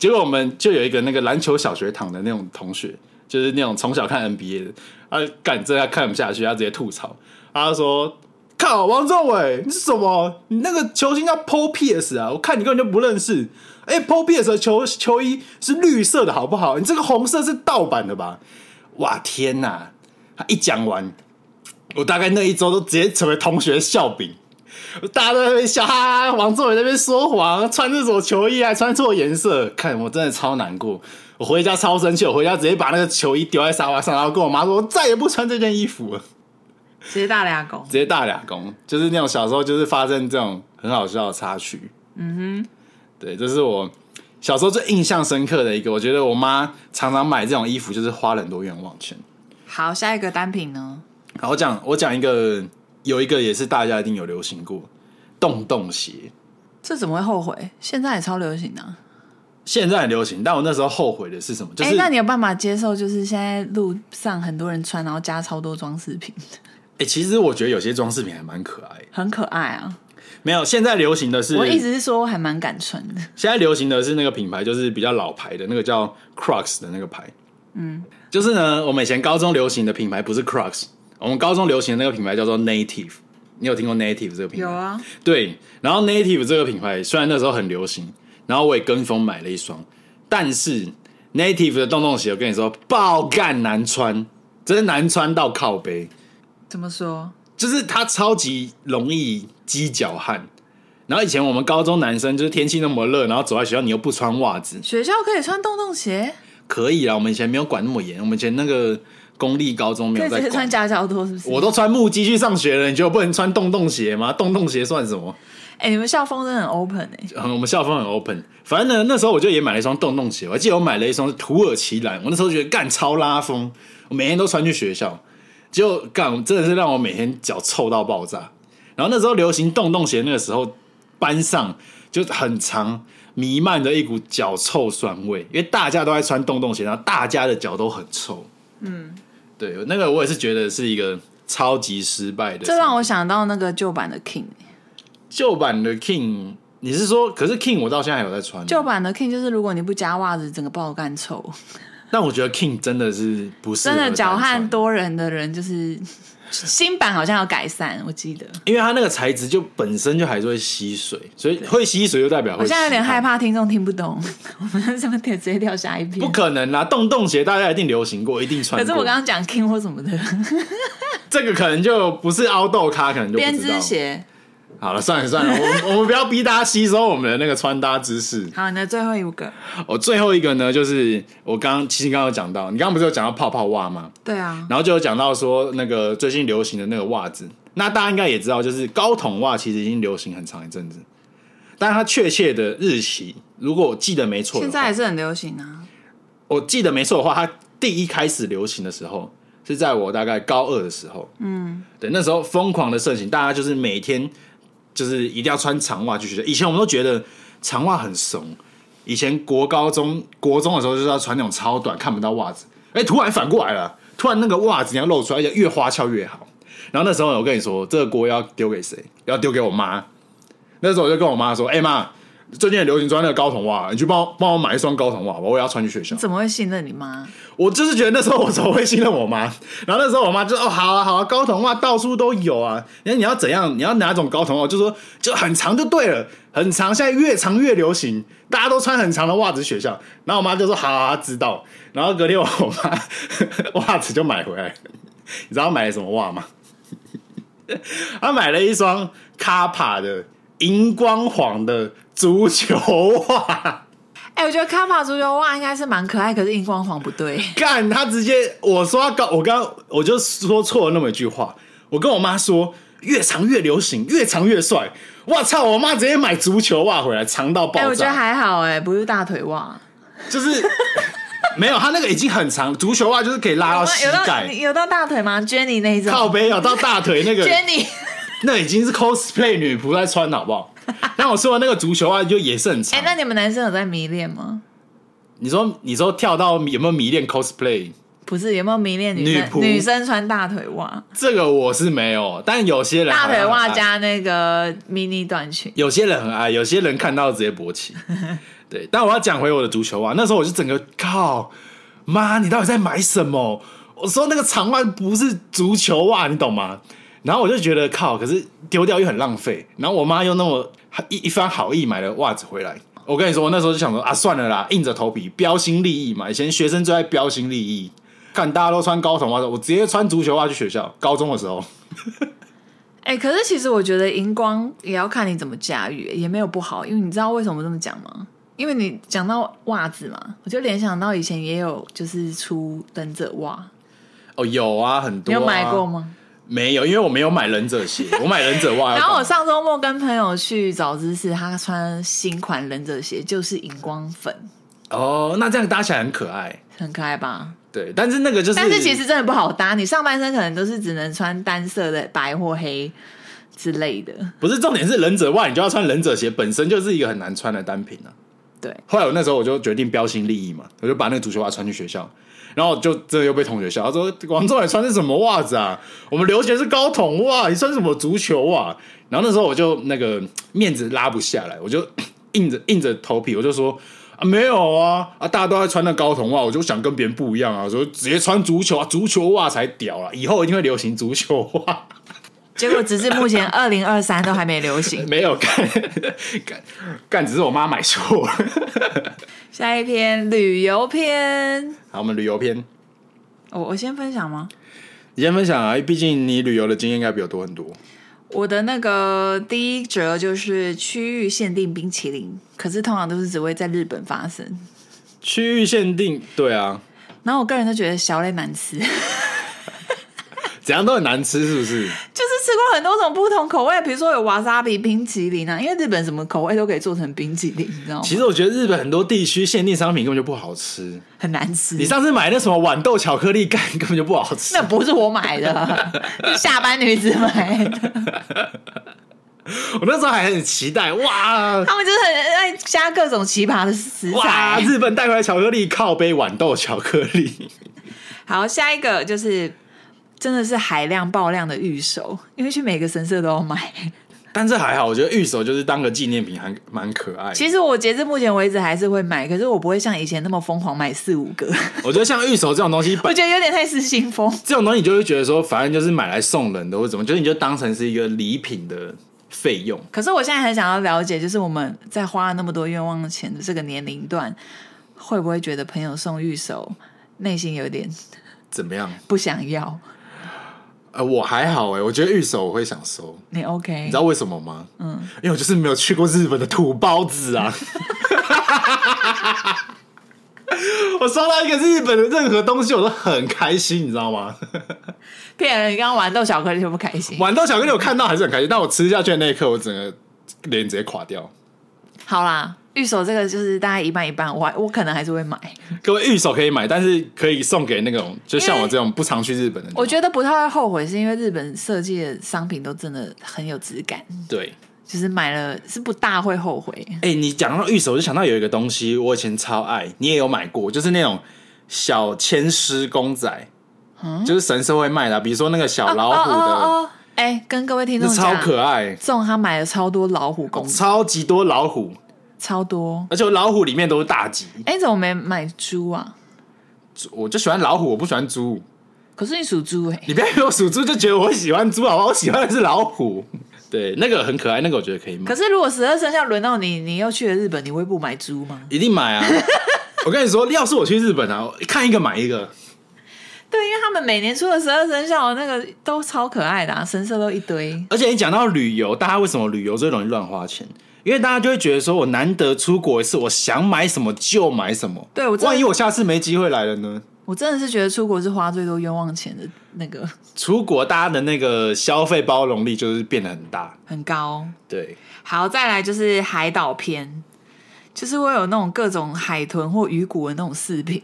Speaker 1: 结果我们就有一个那个篮球小学堂的那种同学，就是那种从小看 NBA 的，啊，干这他看不下去，他直接吐槽，他就说：“靠，王仲伟，你是什么？你那个球星叫 Paul Pierce 啊，我看你根本就不认识。哎、p a u l Pierce 的球球衣是绿色的，好不好？你这个红色是盗版的吧？”哇，天哪！他一讲完，我大概那一周都直接成为同学笑柄。大家都在那边笑，哈哈哈！王作伟在那边说谎，穿这种球衣还穿错颜色，看我真的超难过。我回家超生气，我回家直接把那个球衣丢在沙发上，然后跟我妈说，我再也不穿这件衣服了，
Speaker 2: 直接大俩狗
Speaker 1: 直。接大俩工。就是那种小时候就是发生这种很好笑的插曲。嗯哼，对，这是我小时候最印象深刻的一个。我觉得我妈常常买这种衣服，就是花了很多冤枉钱。
Speaker 2: 好，下一个单品呢？
Speaker 1: 好，我讲我讲一个，有一个也是大家一定有流行过，洞洞鞋。
Speaker 2: 这怎么会后悔？现在也超流行的、啊。
Speaker 1: 现在很流行，但我那时候后悔的是什么？就
Speaker 2: 哎、
Speaker 1: 是
Speaker 2: 那你有办法接受？就是现在路上很多人穿，然后加超多装饰品，
Speaker 1: 欸其实我觉得有些装饰品还蛮可爱的。
Speaker 2: 很可爱啊！
Speaker 1: 没有，现在流行的是，
Speaker 2: 我一直是说我还蛮敢穿的。
Speaker 1: 现在流行的是那个品牌，就是比较老牌的那个叫 Crocs 的那个牌。嗯，就是呢，我们以前高中流行的品牌不是 Crocs，我们高中流行的那个品牌叫做 Native。你有听过 Native 这个品牌？。，
Speaker 2: 啊
Speaker 1: 对，然后 Native 这个品牌虽然那时候很流行，然后我也跟风买了一双，但是 Native 的洞洞鞋，我跟你说，爆干难穿，真的难穿到靠背。
Speaker 2: 怎么说？
Speaker 1: 就是它超级容易积脚汗。然后以前我们高中男生就是天气那么热，然后走在学校你又不穿袜子，
Speaker 2: 学校可以穿洞洞鞋，
Speaker 1: 可以啦。我们以前没有管那么严，我们以前那个公立高中没
Speaker 2: 可
Speaker 1: 有
Speaker 2: 以
Speaker 1: 在
Speaker 2: 直接穿
Speaker 1: 管。
Speaker 2: 夹脚拖，是不是？
Speaker 1: 我都穿木屐去上学了，你觉得我不能穿洞洞鞋吗？洞洞鞋算什么？
Speaker 2: 哎、你们校风真的很 open 哎、
Speaker 1: 嗯，我们校风很 open。反正呢，那时候我就也买了一双洞洞鞋，我还记得我买了一双是土耳其蓝，我那时候觉得干超拉风，我每天都穿去学校，结果干真的是让我每天脚臭到爆炸。然后那时候流行洞洞鞋，那个时候班上就很长弥漫着一股脚臭酸味，因为大家都在穿洞洞鞋，然后大家的脚都很臭。嗯，对，那个我也是觉得是一个超级失败的。
Speaker 2: 这让我想到那个旧版的 King，
Speaker 1: 旧版的 King，你是说？可是 King 我到现在还有在穿，
Speaker 2: 旧版的 King 就是如果你不加袜子，整个爆干臭，
Speaker 1: 但我觉得 King 真的是不是
Speaker 2: 真的脚汗，多人的人 就是。新版好像有改善，我记得。
Speaker 1: 因为它那个材质就本身就还是会吸水，所以会吸水就代表会。
Speaker 2: 我现在有点害。怕听众听不懂， 我们怎么点直接跳下一篇
Speaker 1: 不？可能啦，洞洞鞋大家一定流行过，一定穿
Speaker 2: 可
Speaker 1: 过。
Speaker 2: 是我刚刚讲 King 或什么的
Speaker 1: 这个可能就不是凹豆咖，可能就不知道
Speaker 2: 编织。鞋。
Speaker 1: 好了，算了算了，我们我们不要逼大家吸收我们的那个穿搭知识。
Speaker 2: 好，你的最后一个，
Speaker 1: 我、最后一个呢，就是我刚刚其实刚刚有讲到，你刚刚不是有讲到泡泡袜吗？
Speaker 2: 对啊，
Speaker 1: 然后就有讲到说那个最近流行的那个袜子，那大家应该也知道，就是高筒袜其实已经流行很长一阵子，但它确切的日期，如果我记得没错的
Speaker 2: 现
Speaker 1: 话，
Speaker 2: 在还是很流行啊。
Speaker 1: 我记得没错的话，它第一开始流行的时候是在我大概高二的时候，嗯，对，那时候疯狂的盛行，大家就是每天就是一定要穿长袜去学校。以前我们都觉得长袜很怂，以前国高中国中的时候就是要穿那种超短看不到袜子，哎、突然反过来了，突然那个袜子你要露出来，而且越花俏越好。然后那时候我跟你说，这个锅要丢给谁？要丢给我妈。那时候我就跟我妈说：“哎、妈，最近很流行穿那个高筒袜，你去帮我帮我买一双高筒袜吧，我也要穿去学校
Speaker 2: 你。”怎么会信任你妈？
Speaker 1: 我就是觉得那时候我怎么会信任我妈？然后那时候我妈就哦，好啊好啊，高筒袜到处都有啊。然后你要怎样？你要哪种高筒袜？我就说就很长就对了，很长，现在越长越流行，大家都穿很长的袜子去学校。然后我妈就说好啊，好啊知道。然后隔天我妈 袜子就买回来了，你知道她买了什么袜吗？她买了一双卡帕的荧光黄的足球袜。
Speaker 2: 哎、我觉得卡帕足球袜应该是蛮可爱，可是荧光黄不对。
Speaker 1: 干，他直接我说他高，我刚我就说错了那么一句话。我跟我妈说，越长越流行，越长越帅。我操！我妈直接买足球袜回来，长到爆
Speaker 2: 哎、
Speaker 1: 炸。
Speaker 2: 我觉得还好、哎，不是大腿袜，
Speaker 1: 就是没有，他那个已经很长，足球袜就是可以拉到
Speaker 2: 有吗
Speaker 1: 膝
Speaker 2: 有到
Speaker 1: 盖，
Speaker 2: 你有到大腿吗？Jenny 那一种
Speaker 1: 靠背有哦到大腿那个，
Speaker 2: ，Jenny
Speaker 1: 那已经是 cosplay 女仆在穿的好不好？但我说的那个足球袜就也是很
Speaker 2: 哎、
Speaker 1: 长。
Speaker 2: 那你们男生有在迷恋吗？
Speaker 1: 你说你说跳到有没有迷恋 cosplay？
Speaker 2: 不是，有没有迷恋女
Speaker 1: 女仆
Speaker 2: 生？女生穿大腿袜，
Speaker 1: 这个我是没有，但有些人
Speaker 2: 大
Speaker 1: 好像
Speaker 2: 腿袜
Speaker 1: 很爱
Speaker 2: 加那个迷你短裙。
Speaker 1: 有些人很爱，有些人看到直接勃 起。对，但我要讲回我的足球袜，啊那时候我就整个靠妈，你到底在买什么？我说那个长袜不是足球袜，你懂吗？然后我就觉得靠，可是丢掉又很浪费。然后我妈又那么一一番好意买了袜子回来。我跟你说，我那时候就想说啊，算了啦，硬着头皮，标新立异嘛。以前学生最爱标新立异，看大家都穿高筒袜，我直接穿足球袜去学校。高中的时候，
Speaker 2: 哎、可是其实我觉得荧光也要看你怎么驾驭，也没有不好，因为你知道为什么这么讲吗？因为你讲到袜子嘛，我就联想到以前也有就是出忍者袜，
Speaker 1: 哦，有啊，很多、
Speaker 2: 你
Speaker 1: 啊。
Speaker 2: 有买过？吗？
Speaker 1: 没有，因为我没有买忍者鞋，我买忍者袜要干嘛。
Speaker 2: 然后我上周末跟朋友去找知识，他穿新款忍者鞋，就是荧光粉，
Speaker 1: 哦，那这样搭起来很可爱。
Speaker 2: 很可爱吧？
Speaker 1: 对，但是那个就是，
Speaker 2: 但是其实真的不好搭，你上半身可能都是只能穿单色的白或黑之类的。
Speaker 1: 不是重点是忍者袜，你就要穿忍者鞋，本身就是一个很难穿的单品啊。
Speaker 2: 对，
Speaker 1: 后来我那时候我就决定标新立异嘛，我就把那个足球袜穿去学校，然后我就真的又被同学笑，他说：“王仲远穿的是什么袜子啊？我们留学是高筒袜，你穿什么足球袜？”然后那时候我就那个面子拉不下来，我就硬着硬着头皮，我就说。啊，没有啊，啊，大家都在穿那高筒袜，我就想跟别人不一样啊，我就直接穿足球啊，足球袜才屌啊，以后一定会流行足球袜。
Speaker 2: 结果直至目 前二零二三都还没流行。
Speaker 1: 没有干干干，只是我妈买错。
Speaker 2: 下一篇旅游篇，
Speaker 1: 好，我们旅游篇，
Speaker 2: 我、哦我先分享吗？
Speaker 1: 你先分享啊，毕竟你旅游的经验应该比我多很多。
Speaker 2: 我的那个第一折就是区域限定冰淇淋，可是通常都是只会在日本发生。
Speaker 1: 区域限定，对啊，
Speaker 2: 然后我个人都觉得小类难吃，就
Speaker 1: 怎样都很难吃，是不是？
Speaker 2: 是吃过很多种不同口味，比如说有瓦萨比冰淇淋啊，因为日本什么口味都可以做成冰淇淋，你知道吗？
Speaker 1: 其实我觉得日本很多地区限定商品根本就不好吃。
Speaker 2: 很难吃。
Speaker 1: 你上次买那什么豌豆巧克力干根本就不好吃
Speaker 2: 那。不是我买的，是下班女子买的。
Speaker 1: 我那时候还很期待，哇
Speaker 2: 他们就是很爱加各种奇葩的食
Speaker 1: 哇，
Speaker 2: 材。
Speaker 1: 日本带回来巧克力靠杯豌豆巧克力，
Speaker 2: 好，下一个就是真的是海量爆量的玉手，因为去每个神社都要买。
Speaker 1: 但这还好，我觉得玉手就是当个纪念品还蛮可爱的。
Speaker 2: 其实我截至目前为止还是会买，可是我不会像以前那么疯狂买四五个，
Speaker 1: 我觉得像玉手这种东西，本
Speaker 2: 我觉得有点太失心疯。
Speaker 1: 这种东西你就会觉得说，反正就是买来送人的或怎么，就是你就当成是一个礼品的费用。
Speaker 2: 可是我现在很想要了解，就是我们在花了那么多冤枉钱的这个年龄段，会不会觉得朋友送玉手，内心有点
Speaker 1: 怎么样？
Speaker 2: 不想要？
Speaker 1: 呃，我还好哎、我觉得玉手我会想收，
Speaker 2: 你 OK？
Speaker 1: 你知道为什么吗？嗯，因为我就是没有去过日本的土包子啊。 我收到一个日本的任何东西，我都很开心，你知道吗？
Speaker 2: 骗人！你刚刚玩豆巧克力就不开心。
Speaker 1: 豌豆巧克力我看到还是很开心，但我吃下去的那一刻，我整个脸直接垮掉。
Speaker 2: 好啦，玉手这个就是大概一半一半，我还我可能还是会买。
Speaker 1: 各位玉手可以买，但是可以送给那种就像我这种不常去日本的人。
Speaker 2: 我觉得不太会后悔，是因为日本设计的商品都真的很有质感，
Speaker 1: 对，
Speaker 2: 就是买了是不大会后悔。
Speaker 1: 哎、你讲到玉手，我就想到有一个东西，我以前超爱，你也有买过，就是那种小牵丝公仔，就是神社会卖的啊、比如说那个小老虎的，
Speaker 2: 嗯哦哦哦哎、跟各位听
Speaker 1: 那
Speaker 2: 众
Speaker 1: 超
Speaker 2: 讲，
Speaker 1: 可爱，
Speaker 2: 仲他买了超多老虎公仔，
Speaker 1: 超级多老虎，
Speaker 2: 超多。
Speaker 1: 而且老虎里面都是大吉，
Speaker 2: 哎、你怎么没买猪啊？
Speaker 1: 我就喜欢老虎，我不喜欢猪。
Speaker 2: 可是你属猪哎、
Speaker 1: 你不要给我数猪就觉得我喜欢猪好不好？我喜欢的是老虎，对，那个很可爱，那个我觉得可以买
Speaker 2: 可，是如果十二生肖轮到你，你又去了日本，你会不买猪吗？
Speaker 1: 一定买 啊！我跟你说，要是我去日本啊，我看一个买一个，
Speaker 2: 对，因为他们每年出的十二生肖那个都超可爱的、啊，神社都一堆。
Speaker 1: 而且你讲到旅游，大家为什么旅游最容易乱花钱？因为大家就会觉得说，我难得出国一次，我想买什么就买什么。
Speaker 2: 对我真的
Speaker 1: 万一我下次没机会来了呢？
Speaker 2: 我真的是觉得出国是花最多冤枉钱的那个，
Speaker 1: 出国大家的那个消费包容力就是变得很大。
Speaker 2: 很高。
Speaker 1: 对，
Speaker 2: 好，再来就是海岛篇，就是会有那种各种海豚或鱼骨的那种饰品。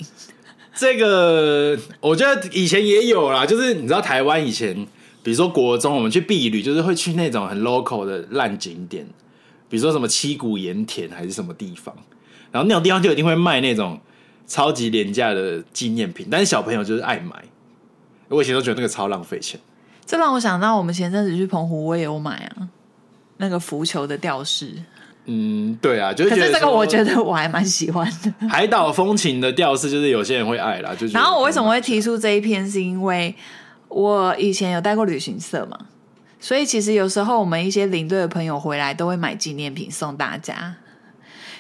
Speaker 1: 这个我觉得以前也有啦，就是你知道台湾以前，比如说国中我们去避旅，就是会去那种很 local 的烂景点，比如说什么七股盐田还是什么地方，然后那种地方就一定会卖那种超级廉价的纪念品，但是小朋友就是爱买。我以前都觉得那个超浪费钱，
Speaker 2: 这让我想到我们前阵子去澎湖，我也有买啊，那个浮球的吊饰。
Speaker 1: 嗯，对啊，就是
Speaker 2: 可是这个我觉
Speaker 1: 得
Speaker 2: 得我还蛮喜欢的。
Speaker 1: 说海岛风情的调式，就是有些人会爱啦，就觉得
Speaker 2: 然后我为什么会提出这一篇，是因为我以前有带过旅行社嘛，所以其实有时候我们一些领队的朋友回来都会买纪念品送大家。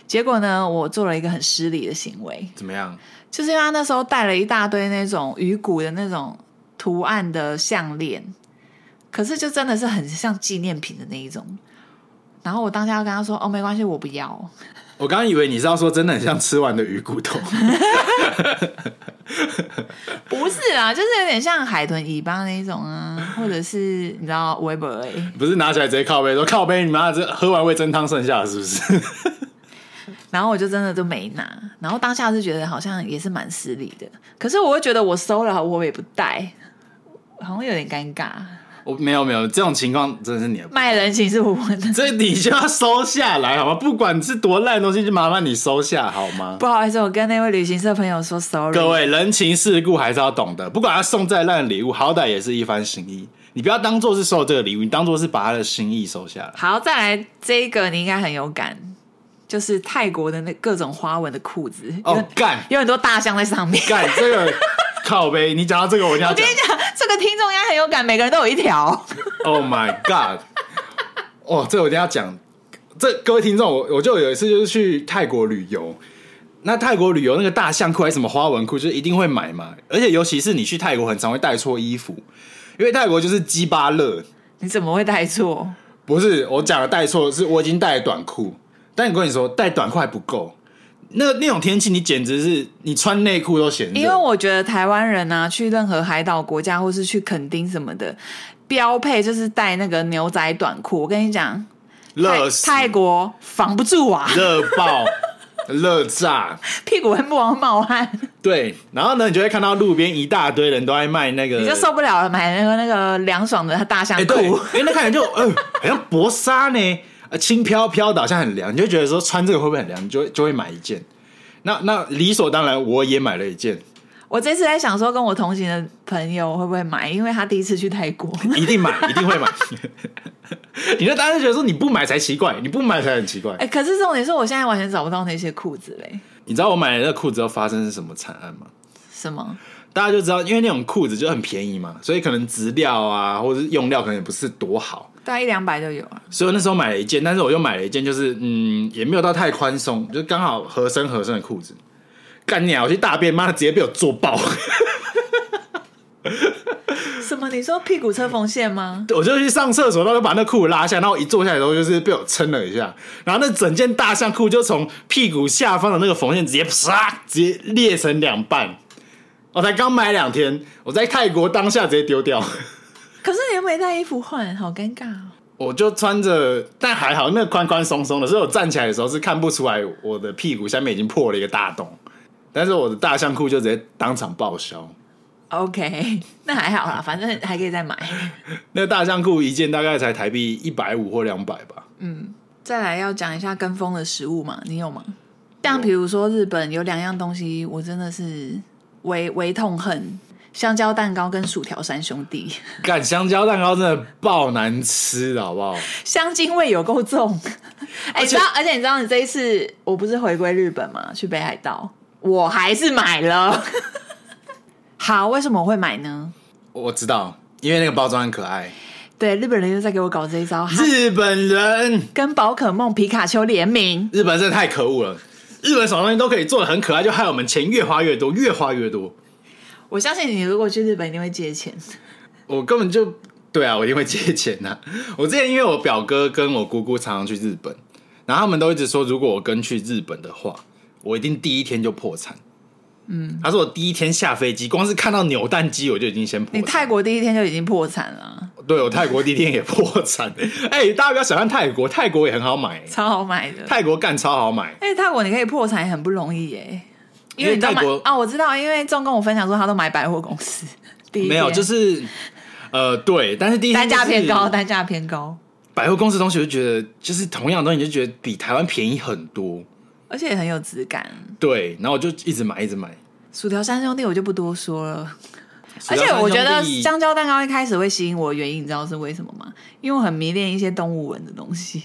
Speaker 2: 结果呢，我做了一个很失礼的行为，
Speaker 1: 嗯怎么样？
Speaker 2: 就是因为他那时候带了一大堆那种鱼骨的那种图案的项链，可是就真的是很像纪念品的那一种。然后我当下要跟他说：“哦，没关系，我不要。
Speaker 1: 我刚刚以为你是要说真的很像吃完的鱼骨头，”
Speaker 2: 不是啦，就是有点像海豚尾巴那一种啊，或者是你知道微博而已。
Speaker 1: 不是拿起来直接靠背说靠背，你妈这喝完味噌汤剩下的是不是？
Speaker 2: 然后我就真的都没拿。然后当下是觉得好像也是蛮失礼的，可是我又觉得我收了，我也不带，好像有点尴尬。
Speaker 1: 我没有没有，这种情况真的是你的不，
Speaker 2: 卖人情是我的，
Speaker 1: 这你就要收下来好吗？不管是多烂的东西，就麻烦你收下好吗？
Speaker 2: 不好意思，我跟那位旅行社朋友说 sorry。
Speaker 1: 各位人情世故还是要懂得，不管他送再烂的礼物，好歹也是一番心意。你不要当做是收这个礼物，你当做是把他的心意收下来。
Speaker 2: 好，再来这一个你应该很有感，就是泰国的那各种花纹的裤子，
Speaker 1: 哦，干
Speaker 2: 有很多大象在上面。
Speaker 1: 干这个靠背，你讲到这个我一定要
Speaker 2: 我
Speaker 1: 讲
Speaker 2: 跟你。讲，这个听众应该很有感，每个人都有一条。
Speaker 1: Oh my god！哦，这我一定要讲。这各位听众，我我就有一次就是去泰国旅游，那泰国旅游那个大象裤还是什么花纹裤，就是一定会买嘛。而且尤其是你去泰国，很常会带错衣服，因为泰国就是鸡巴热。
Speaker 2: 你怎么会带错？
Speaker 1: 不是我讲的带错，是我已经带了短裤，但你跟你说带短裤还不够。那那种天气，你简直是你穿内裤都嫌热。
Speaker 2: 因为我觉得台湾人啊，去任何海岛国家或是去垦丁什么的，标配就是带那个牛仔短裤。我跟你讲，泰
Speaker 1: 热死
Speaker 2: 泰国防不住啊，
Speaker 1: 热爆、 热炸，
Speaker 2: 屁股会不往冒汗，
Speaker 1: 对。然后呢，你就会看到路边一大堆人都在卖那个，
Speaker 2: 你就受不了了，买那个那个凉爽的大象
Speaker 1: 哎、
Speaker 2: 裤。
Speaker 1: 对，哎、那看起来就呃，好像薄纱呢，呃，轻飘飘的，好像很凉，你就觉得说穿这个会不会很凉，你就会就会买一件。那那理所当然，我也买了一件，
Speaker 2: 我这次在想说，跟我同行的朋友会不会买，因为他第一次去泰国。
Speaker 1: 一定买，一定会买。你就当时觉得说你不买才奇怪，你不买才很奇怪。
Speaker 2: 哎、可是重点是我现在完全找不到那些裤子嘞，
Speaker 1: 你知道我买了那裤子后发生是什么惨案吗？
Speaker 2: 什么？
Speaker 1: 大家就知道，因为那种裤子就很便宜嘛，所以可能质料啊，或者是用料可能也不是多好，
Speaker 2: 大概一两百就有啊了。
Speaker 1: 所以我那时候买了一件，但是我又买了一件，就是嗯，也没有到太宽松，就刚好合身合身的裤子。干你啊！我去大便，妈的，直接被我做爆！
Speaker 2: 什么？你说屁股车缝线吗？
Speaker 1: 我就去上厕所，然后就把那裤子拉下，然后一坐下来的时候，就是被我撑了一下，然后那整件大象裤就从屁股下方的那个缝线直接啪，直接裂成两半。我才刚买两天，我在泰国当下直接丢掉。
Speaker 2: 可是你又没带衣服换，好尴尬哦。
Speaker 1: 我就穿着，但还好，那个宽宽松松的，所以我站起来的时候是看不出来我的屁股下面已经破了一个大洞，但是我的大象裤就直接当场报销。
Speaker 2: OK，那 还好啦，反正还可以再买。
Speaker 1: 那个大象裤一件大概才台币一百五或两百吧。
Speaker 2: 再来要讲一下跟风的食物嘛，你有吗？像比如说日本有两样东西，我真的是唯唯痛恨：香蕉蛋糕跟薯条三兄弟，
Speaker 1: 干香蕉蛋糕真的爆难吃的好不好？
Speaker 2: 香精味有够 重。哎、
Speaker 1: 而且
Speaker 2: 你知道，而且你知道，你这一次我不是回归日本嘛，去北海道，我还是买了。 好，为什么我会买呢？
Speaker 1: 我知道，因为那个包装很可爱。
Speaker 2: 对，日本人又在给我搞这一招，他
Speaker 1: 日本人，
Speaker 2: 跟宝可梦皮卡丘联名。
Speaker 1: 日本人真的太可恶了。日本什么东西都可以做的很可爱，就害我们钱越花越多，越花越多。
Speaker 2: 我相信你，如果去日本一定会借钱。
Speaker 1: 我根本就对啊，我一 定会借钱呐、我之前因为我表哥跟我姑姑常常去日本，然后他们都一直说，如果我跟去日本的话，我一定第一天就破产。嗯，他说我第一天下飞机，光是看到扭蛋机我就已经先破
Speaker 2: 你
Speaker 1: 产。哦
Speaker 2: 泰国第一天就已经破产了。
Speaker 1: 对我泰国第一天也破 产。哎、大家不要小看泰国，泰国也很好买，
Speaker 2: 超好买的。
Speaker 1: 泰国干超好买。
Speaker 2: 哎，泰国你可以破产也很不容易耶，因
Speaker 1: 因为
Speaker 2: 为你知道
Speaker 1: 泰国
Speaker 2: 买啊，我知道，因为仲跟我分享说他都买百货公司，第一
Speaker 1: 没有，
Speaker 2: 天
Speaker 1: 就是呃，对，但是第一
Speaker 2: 单
Speaker 1: 天
Speaker 2: 价
Speaker 1: 就是
Speaker 2: 偏高，单价偏高，
Speaker 1: 百货公司的东西我就觉得，就是同样的东西，你就觉得比台湾便宜很多。
Speaker 2: 而且也很有质感。
Speaker 1: 对，然后我就一直买，一直买。
Speaker 2: 薯条三兄弟我就不多说了，
Speaker 1: 薯
Speaker 2: 而
Speaker 1: 条
Speaker 2: 且我觉得
Speaker 1: 三兄弟
Speaker 2: 香蕉蛋糕一开始会吸引我的原因，你知道是为什么吗？因为我很迷恋一些动物纹的东西。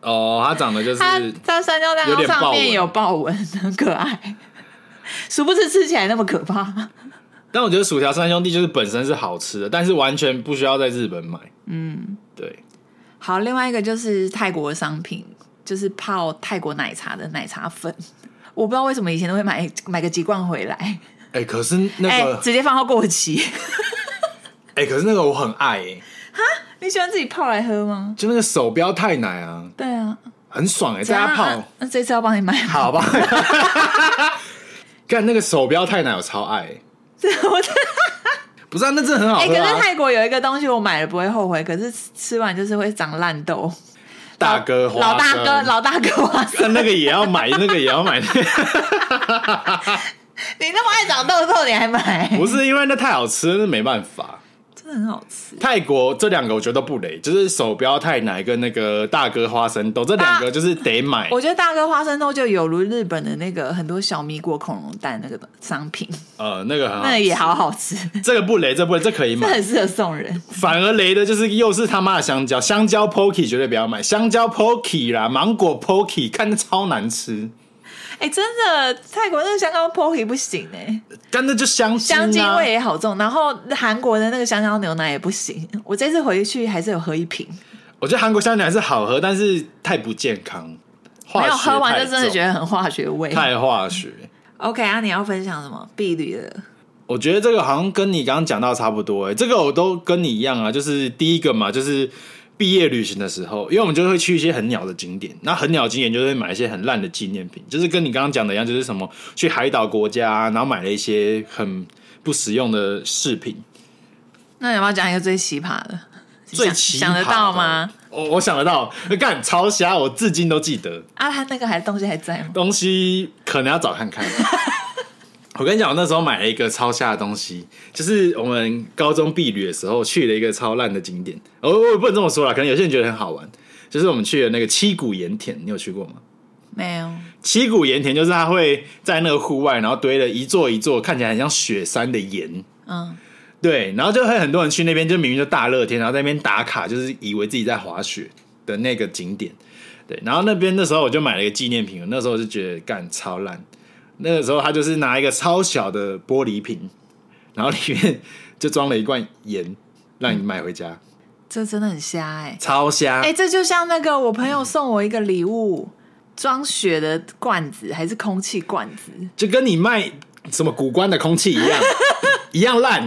Speaker 1: 哦，它长得就是
Speaker 2: 它它香蕉蛋
Speaker 1: 有
Speaker 2: 糕
Speaker 1: 点豹
Speaker 2: 上面
Speaker 1: 纹
Speaker 2: 有豹纹，很可爱。 殊不知吃起来那么可怕。
Speaker 1: 但我觉得薯条三兄弟就是本身是好吃的，但是完全不需要在日本买。嗯，对，
Speaker 2: 好，另外一个就是泰国的商品，就是泡泰国奶茶的奶茶粉。 我不知道为什么以前都会买买个几罐回来，
Speaker 1: 哎、可是那
Speaker 2: 哎、
Speaker 1: 个，哎、
Speaker 2: 直接放到过期。 哎
Speaker 1: 可是那个我很爱、哎，
Speaker 2: 你喜欢自己泡来喝吗？
Speaker 1: 就那个手标太奶啊，
Speaker 2: 对啊，
Speaker 1: 很爽哎、
Speaker 2: 怎
Speaker 1: 在
Speaker 2: 样
Speaker 1: 家泡
Speaker 2: 啊，那这次要帮你买 吗？
Speaker 1: 好吧。 干那个手标太奶，我超爱、哎
Speaker 2: 这我真的
Speaker 1: 不是啊，那真的很好
Speaker 2: 哎、
Speaker 1: 喝
Speaker 2: 可
Speaker 1: 啊
Speaker 2: 是，泰国有一个东西我买了不会后悔，可是吃完就是会长烂痘。
Speaker 1: 大哥花
Speaker 2: 老大哥，
Speaker 1: 生
Speaker 2: 老大哥花生，
Speaker 1: 但那个也要买，那个也要买，
Speaker 2: 你那么爱长痘痘，你还买？
Speaker 1: 不是因为那太好吃了，那没办法。
Speaker 2: 真的很好吃。
Speaker 1: 泰国这两个我觉得都不雷，就是手标太奶跟那个大哥花生豆这两个就是得买。
Speaker 2: 啊我觉得大哥花生豆就有如日本的那个很多小米果恐龙蛋那个商品，
Speaker 1: 呃，那个很好
Speaker 2: 那，也好好吃，
Speaker 1: 这个不雷，这不雷，这可以
Speaker 2: 这
Speaker 1: 买。
Speaker 2: 很适合送人。
Speaker 1: 反而雷的就是又是他妈的香蕉，香蕉 Pocky 绝对不要买，香蕉 Pocky 啦，芒果 Pocky 看着超难吃，
Speaker 2: 哎、真的，泰国那个香蕉 Pocky 不行哎、
Speaker 1: 但那就香精、啊、
Speaker 2: 香精味也好重，然后韩国的那个香蕉牛奶也不行。我这次回去还是有喝一瓶，
Speaker 1: 我觉得韩国香精还是好喝，但是太不健康，化
Speaker 2: 没
Speaker 1: 学
Speaker 2: 有喝完
Speaker 1: 太
Speaker 2: 就真的
Speaker 1: 重
Speaker 2: 觉得很化学味。
Speaker 1: 太化学。
Speaker 2: OK 啊，你要分享什么？碧旅的
Speaker 1: 我觉得这个好像跟你刚刚讲到差不多、欸，这个我都跟你一样啊，就是第一个嘛，就是毕业旅行的时候，因为我们就会去一些很鸟的景点，那很鸟的景点就会买一些很烂的纪念品，就是跟你刚刚讲的一样，就是什么去海岛国家、啊，然后买了一些很不实用的饰品。
Speaker 2: 那你要不要讲一个最奇葩的？
Speaker 1: 最
Speaker 2: 想
Speaker 1: 奇葩
Speaker 2: 想得到
Speaker 1: 的
Speaker 2: 吗？？
Speaker 1: 我我想得到，干超侠，我至今都记得。
Speaker 2: 啊，他那个还东西还 在吗？
Speaker 1: 东西可能要找看看。 我跟你讲，我那时候买了一个超瞎的东西，就是我们高中避旅的时候去了一个超烂的景点。哦，我也不能这么说啦，可能有些人觉得很好玩。就是我们去了那个七谷盐田，你有去过吗？
Speaker 2: 没有，
Speaker 1: 七谷盐田就是它会在那个户外，然后堆了一座一座看起来很像雪山的盐，
Speaker 2: 嗯，
Speaker 1: 对，然后就会很多人去那边，就明明就大热天，然后在那边打卡，就是以为自己在滑雪的那个景点。对，然后那边那时候我就买了一个纪念品，我那时候就觉得干超烂。那个时候他就是拿一个超小的玻璃瓶，然后里面就装了一罐盐，让你买回家，
Speaker 2: 这真的很瞎哎、
Speaker 1: 超香。
Speaker 2: 哎、这就像那个我朋友送我一个礼物，装雪的罐子还是空气罐子？
Speaker 1: 就跟你卖什么古关的空气一样，一样烂。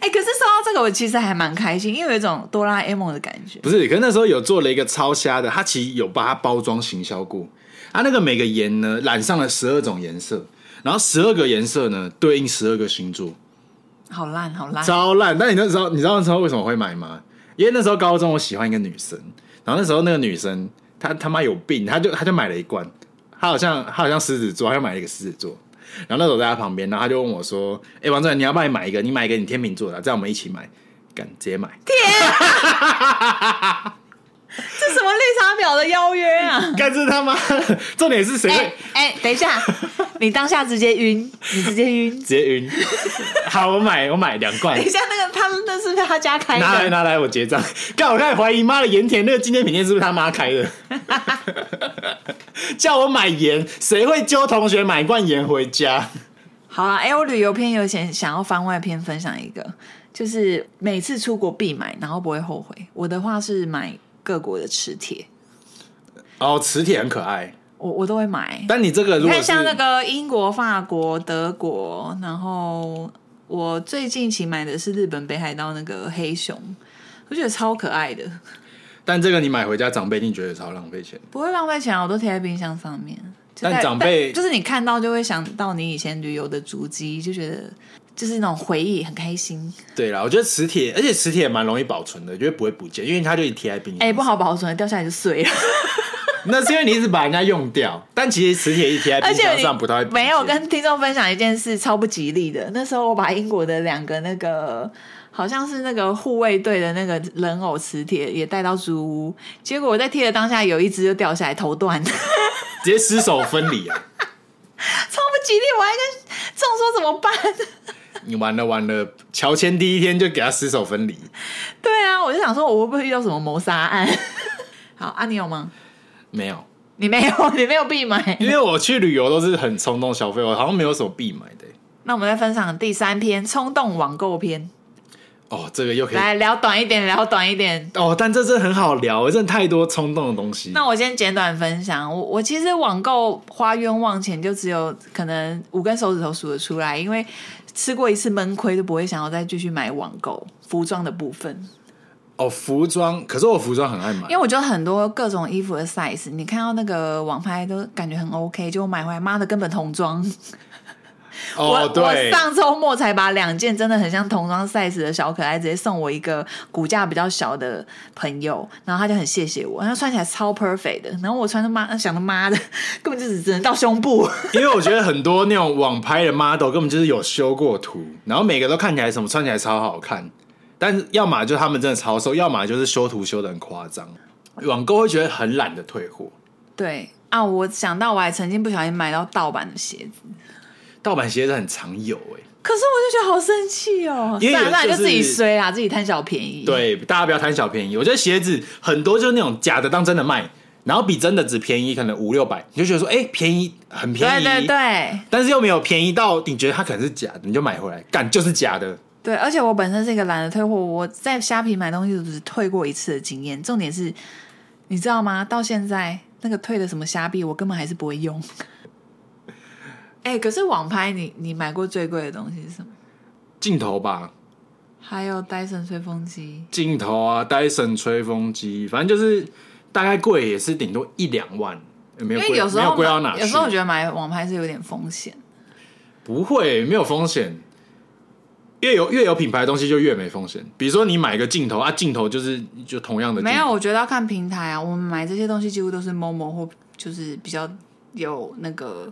Speaker 2: 哎、可是收到这个我其实还蛮开心，因为有一种哆啦 A 梦的感觉。
Speaker 1: 不是，可是那时候有做了一个超瞎的，它其实有把它包装行销过。它那个每个盐呢染上了十二种颜色，然后十二个颜色呢对应十二个星座，
Speaker 2: 好烂，好烂！
Speaker 1: 超烂。但你那时候，你知道那时候为什么会买吗？因为那时候高中我喜欢一个女生，然后那时候那个女生她他妈有病，她就她就买了一罐，她好像她好像狮子座，她就买了一个狮子座。然后那时候我在她旁边，然后她就问我说：“哎、王正，你要不要买一个？你买一个你天秤座的，啊这样我们一起买，敢直接买。”
Speaker 2: 这什么绿茶婊的邀约啊！
Speaker 1: 干这他妈的，重点是谁
Speaker 2: 哎
Speaker 1: 会、
Speaker 2: 哎、等一 下，你当下直接晕，你直接晕。
Speaker 1: 直接 晕？好，我买我买两罐
Speaker 2: 等一，下，那个他那是不是他家开
Speaker 1: 拿来
Speaker 2: 的？
Speaker 1: 拿来，我结账。干，我开始怀疑妈的盐田那个纪念品店是不是他妈开 的？叫我买盐，谁会揪同学买一罐盐回家？
Speaker 2: 好啊，哎、我旅游篇有想想要番外篇分享一个，就是每次出国必买，然后不会后悔。我的话是买各国的磁铁，
Speaker 1: 哦，磁铁很可爱，
Speaker 2: 我我都会买。
Speaker 1: 但你这个如
Speaker 2: 你
Speaker 1: 果
Speaker 2: 看，
Speaker 1: 是
Speaker 2: 像那个英国、法国、德国，然后我最近期买的是日本北海道那个黑熊，我觉得超可爱的，
Speaker 1: 但这个你买回家，长辈一定觉得超浪费钱。
Speaker 2: 不会浪费钱啊，我都贴在冰箱上面。就
Speaker 1: 但
Speaker 2: 在
Speaker 1: 长辈
Speaker 2: 就是你看到就会想到你以前旅游的足迹，就觉得就是那种回忆很开心。
Speaker 1: 对啦，我觉得磁铁，而且磁铁也蛮容易保存的，觉得不会不见，因为它就一贴在冰箱。
Speaker 2: 哎、不好保存，掉下来就碎了。
Speaker 1: 那是因为你一直把人家用掉，但其实磁铁一贴在
Speaker 2: 而
Speaker 1: 冰
Speaker 2: 且
Speaker 1: 箱
Speaker 2: 你
Speaker 1: 上不太会不见
Speaker 2: 没有跟听众分享一件事，超不吉利的。那时候我把英国的两个那个好像是那个护卫队的那个人偶磁铁也带到租屋，结果我在贴的当下有一只就掉下来头断， 超
Speaker 1: 直接失手分离啊！
Speaker 2: 不吉利，我还跟众说怎么办？
Speaker 1: 你完了完了，乔迁第一天就给他失手分离，
Speaker 2: 对啊，我就想说我会不会遇到什么谋杀案？ 好啊，你有吗？
Speaker 1: 没有，
Speaker 2: 你没有， 你没有必买。
Speaker 1: 因为我去旅游都是很冲动消费，我好像没有什么必买的欸、
Speaker 2: 那我们再分享第三篇冲动网购篇，
Speaker 1: 哦，这个又可以
Speaker 2: 来聊短一点，聊短一点。
Speaker 1: 哦，但这真的很好聊，真的太多冲动的东西。
Speaker 2: 那我先简短分享，我我其实网购花冤枉钱就只有可能五根手指头数得出来，因为吃过一次闷亏就不会想要再继续买网购服装的部分，
Speaker 1: 哦，服装，可是我服装很爱买
Speaker 2: 因为，我觉得很多各种衣服的 size，你看到那个网拍都感觉很 OK，结果买回来妈的根本童装。
Speaker 1: 哦，
Speaker 2: 我我
Speaker 1: 对，
Speaker 2: 上周末才把两件真的很像童装 size 的小可爱直接送我一个骨架比较小的朋友，然后他就很谢谢我，他穿起来超 perfect 的，然后我穿的妈想的妈的，根本就只只能到胸部。
Speaker 1: 因为我觉得很多那种网拍的 model 根本就是有修过图，然后每个都看起来什么穿起来超好看，但是要么就是他们真的超瘦，要么就是修图修的很夸张，网购会觉得很懒得退货。
Speaker 2: 对啊，我想到我还曾经不小心买到盗版的鞋子，
Speaker 1: 盗版鞋子很常有哎、
Speaker 2: 可是我就觉得好生气哦，
Speaker 1: 因为
Speaker 2: 算
Speaker 1: 有
Speaker 2: 了算了，
Speaker 1: 就
Speaker 2: 就是自己衰啦，自己贪小便宜。，
Speaker 1: 对，大家不要贪小便宜。我觉得鞋子很多就是那种假的当真的卖，然后比真的只便宜可能五六百，你就觉得说，哎、便宜很便
Speaker 2: 对
Speaker 1: 宜，
Speaker 2: 对对
Speaker 1: 但是又没有便宜到你觉得它可能是假的，你就买回来，干就是假的。
Speaker 2: 对，而且我本身是一个懒得退货，我在虾皮买东西只退过一次的经验。重点是，你知道吗？到现在那个退的什么虾币，我根本还是不会用。哎、可是网拍你，你买过最贵的东西是什么？
Speaker 1: 镜头吧，
Speaker 2: 还有戴森吹风机，
Speaker 1: 镜头啊，戴森吹风机，反正就是大概贵也是顶多一两万，也没有
Speaker 2: 因
Speaker 1: 贵，
Speaker 2: 为有时
Speaker 1: 没有
Speaker 2: 候
Speaker 1: 贵到
Speaker 2: 买
Speaker 1: 哪去。
Speaker 2: 有时候我觉得买网拍是有点风险。
Speaker 1: 不会，没有风险。越有越有品牌的东西就越没风险。比如说你买个镜头啊，镜头就是就同样的镜头
Speaker 2: 没有，我觉得要看平台啊。我们买这些东西几乎都是某某或就是比较有那个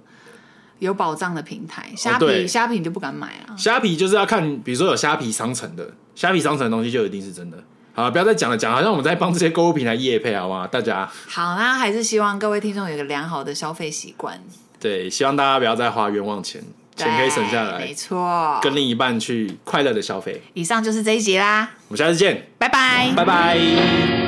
Speaker 2: 有保障的平台，
Speaker 1: 哦
Speaker 2: 虾
Speaker 1: 对
Speaker 2: 皮虾皮你就不敢买啊。
Speaker 1: 虾皮就是要看，比如说有虾皮商城的，虾皮商城的东西就一定是真的。好，不要再讲了，讲好像我们在帮这些购物平台业配，好不好？大家
Speaker 2: 好，那还是希望各位听众有个良好的消费习惯，
Speaker 1: 对，希望大家不要再花冤枉钱，钱可以省下
Speaker 2: 对
Speaker 1: 来
Speaker 2: 没，错。
Speaker 1: 跟另一半去快乐的消费。
Speaker 2: 以上就是这一集啦，
Speaker 1: 我们下次见，
Speaker 2: 拜拜。
Speaker 1: 拜拜。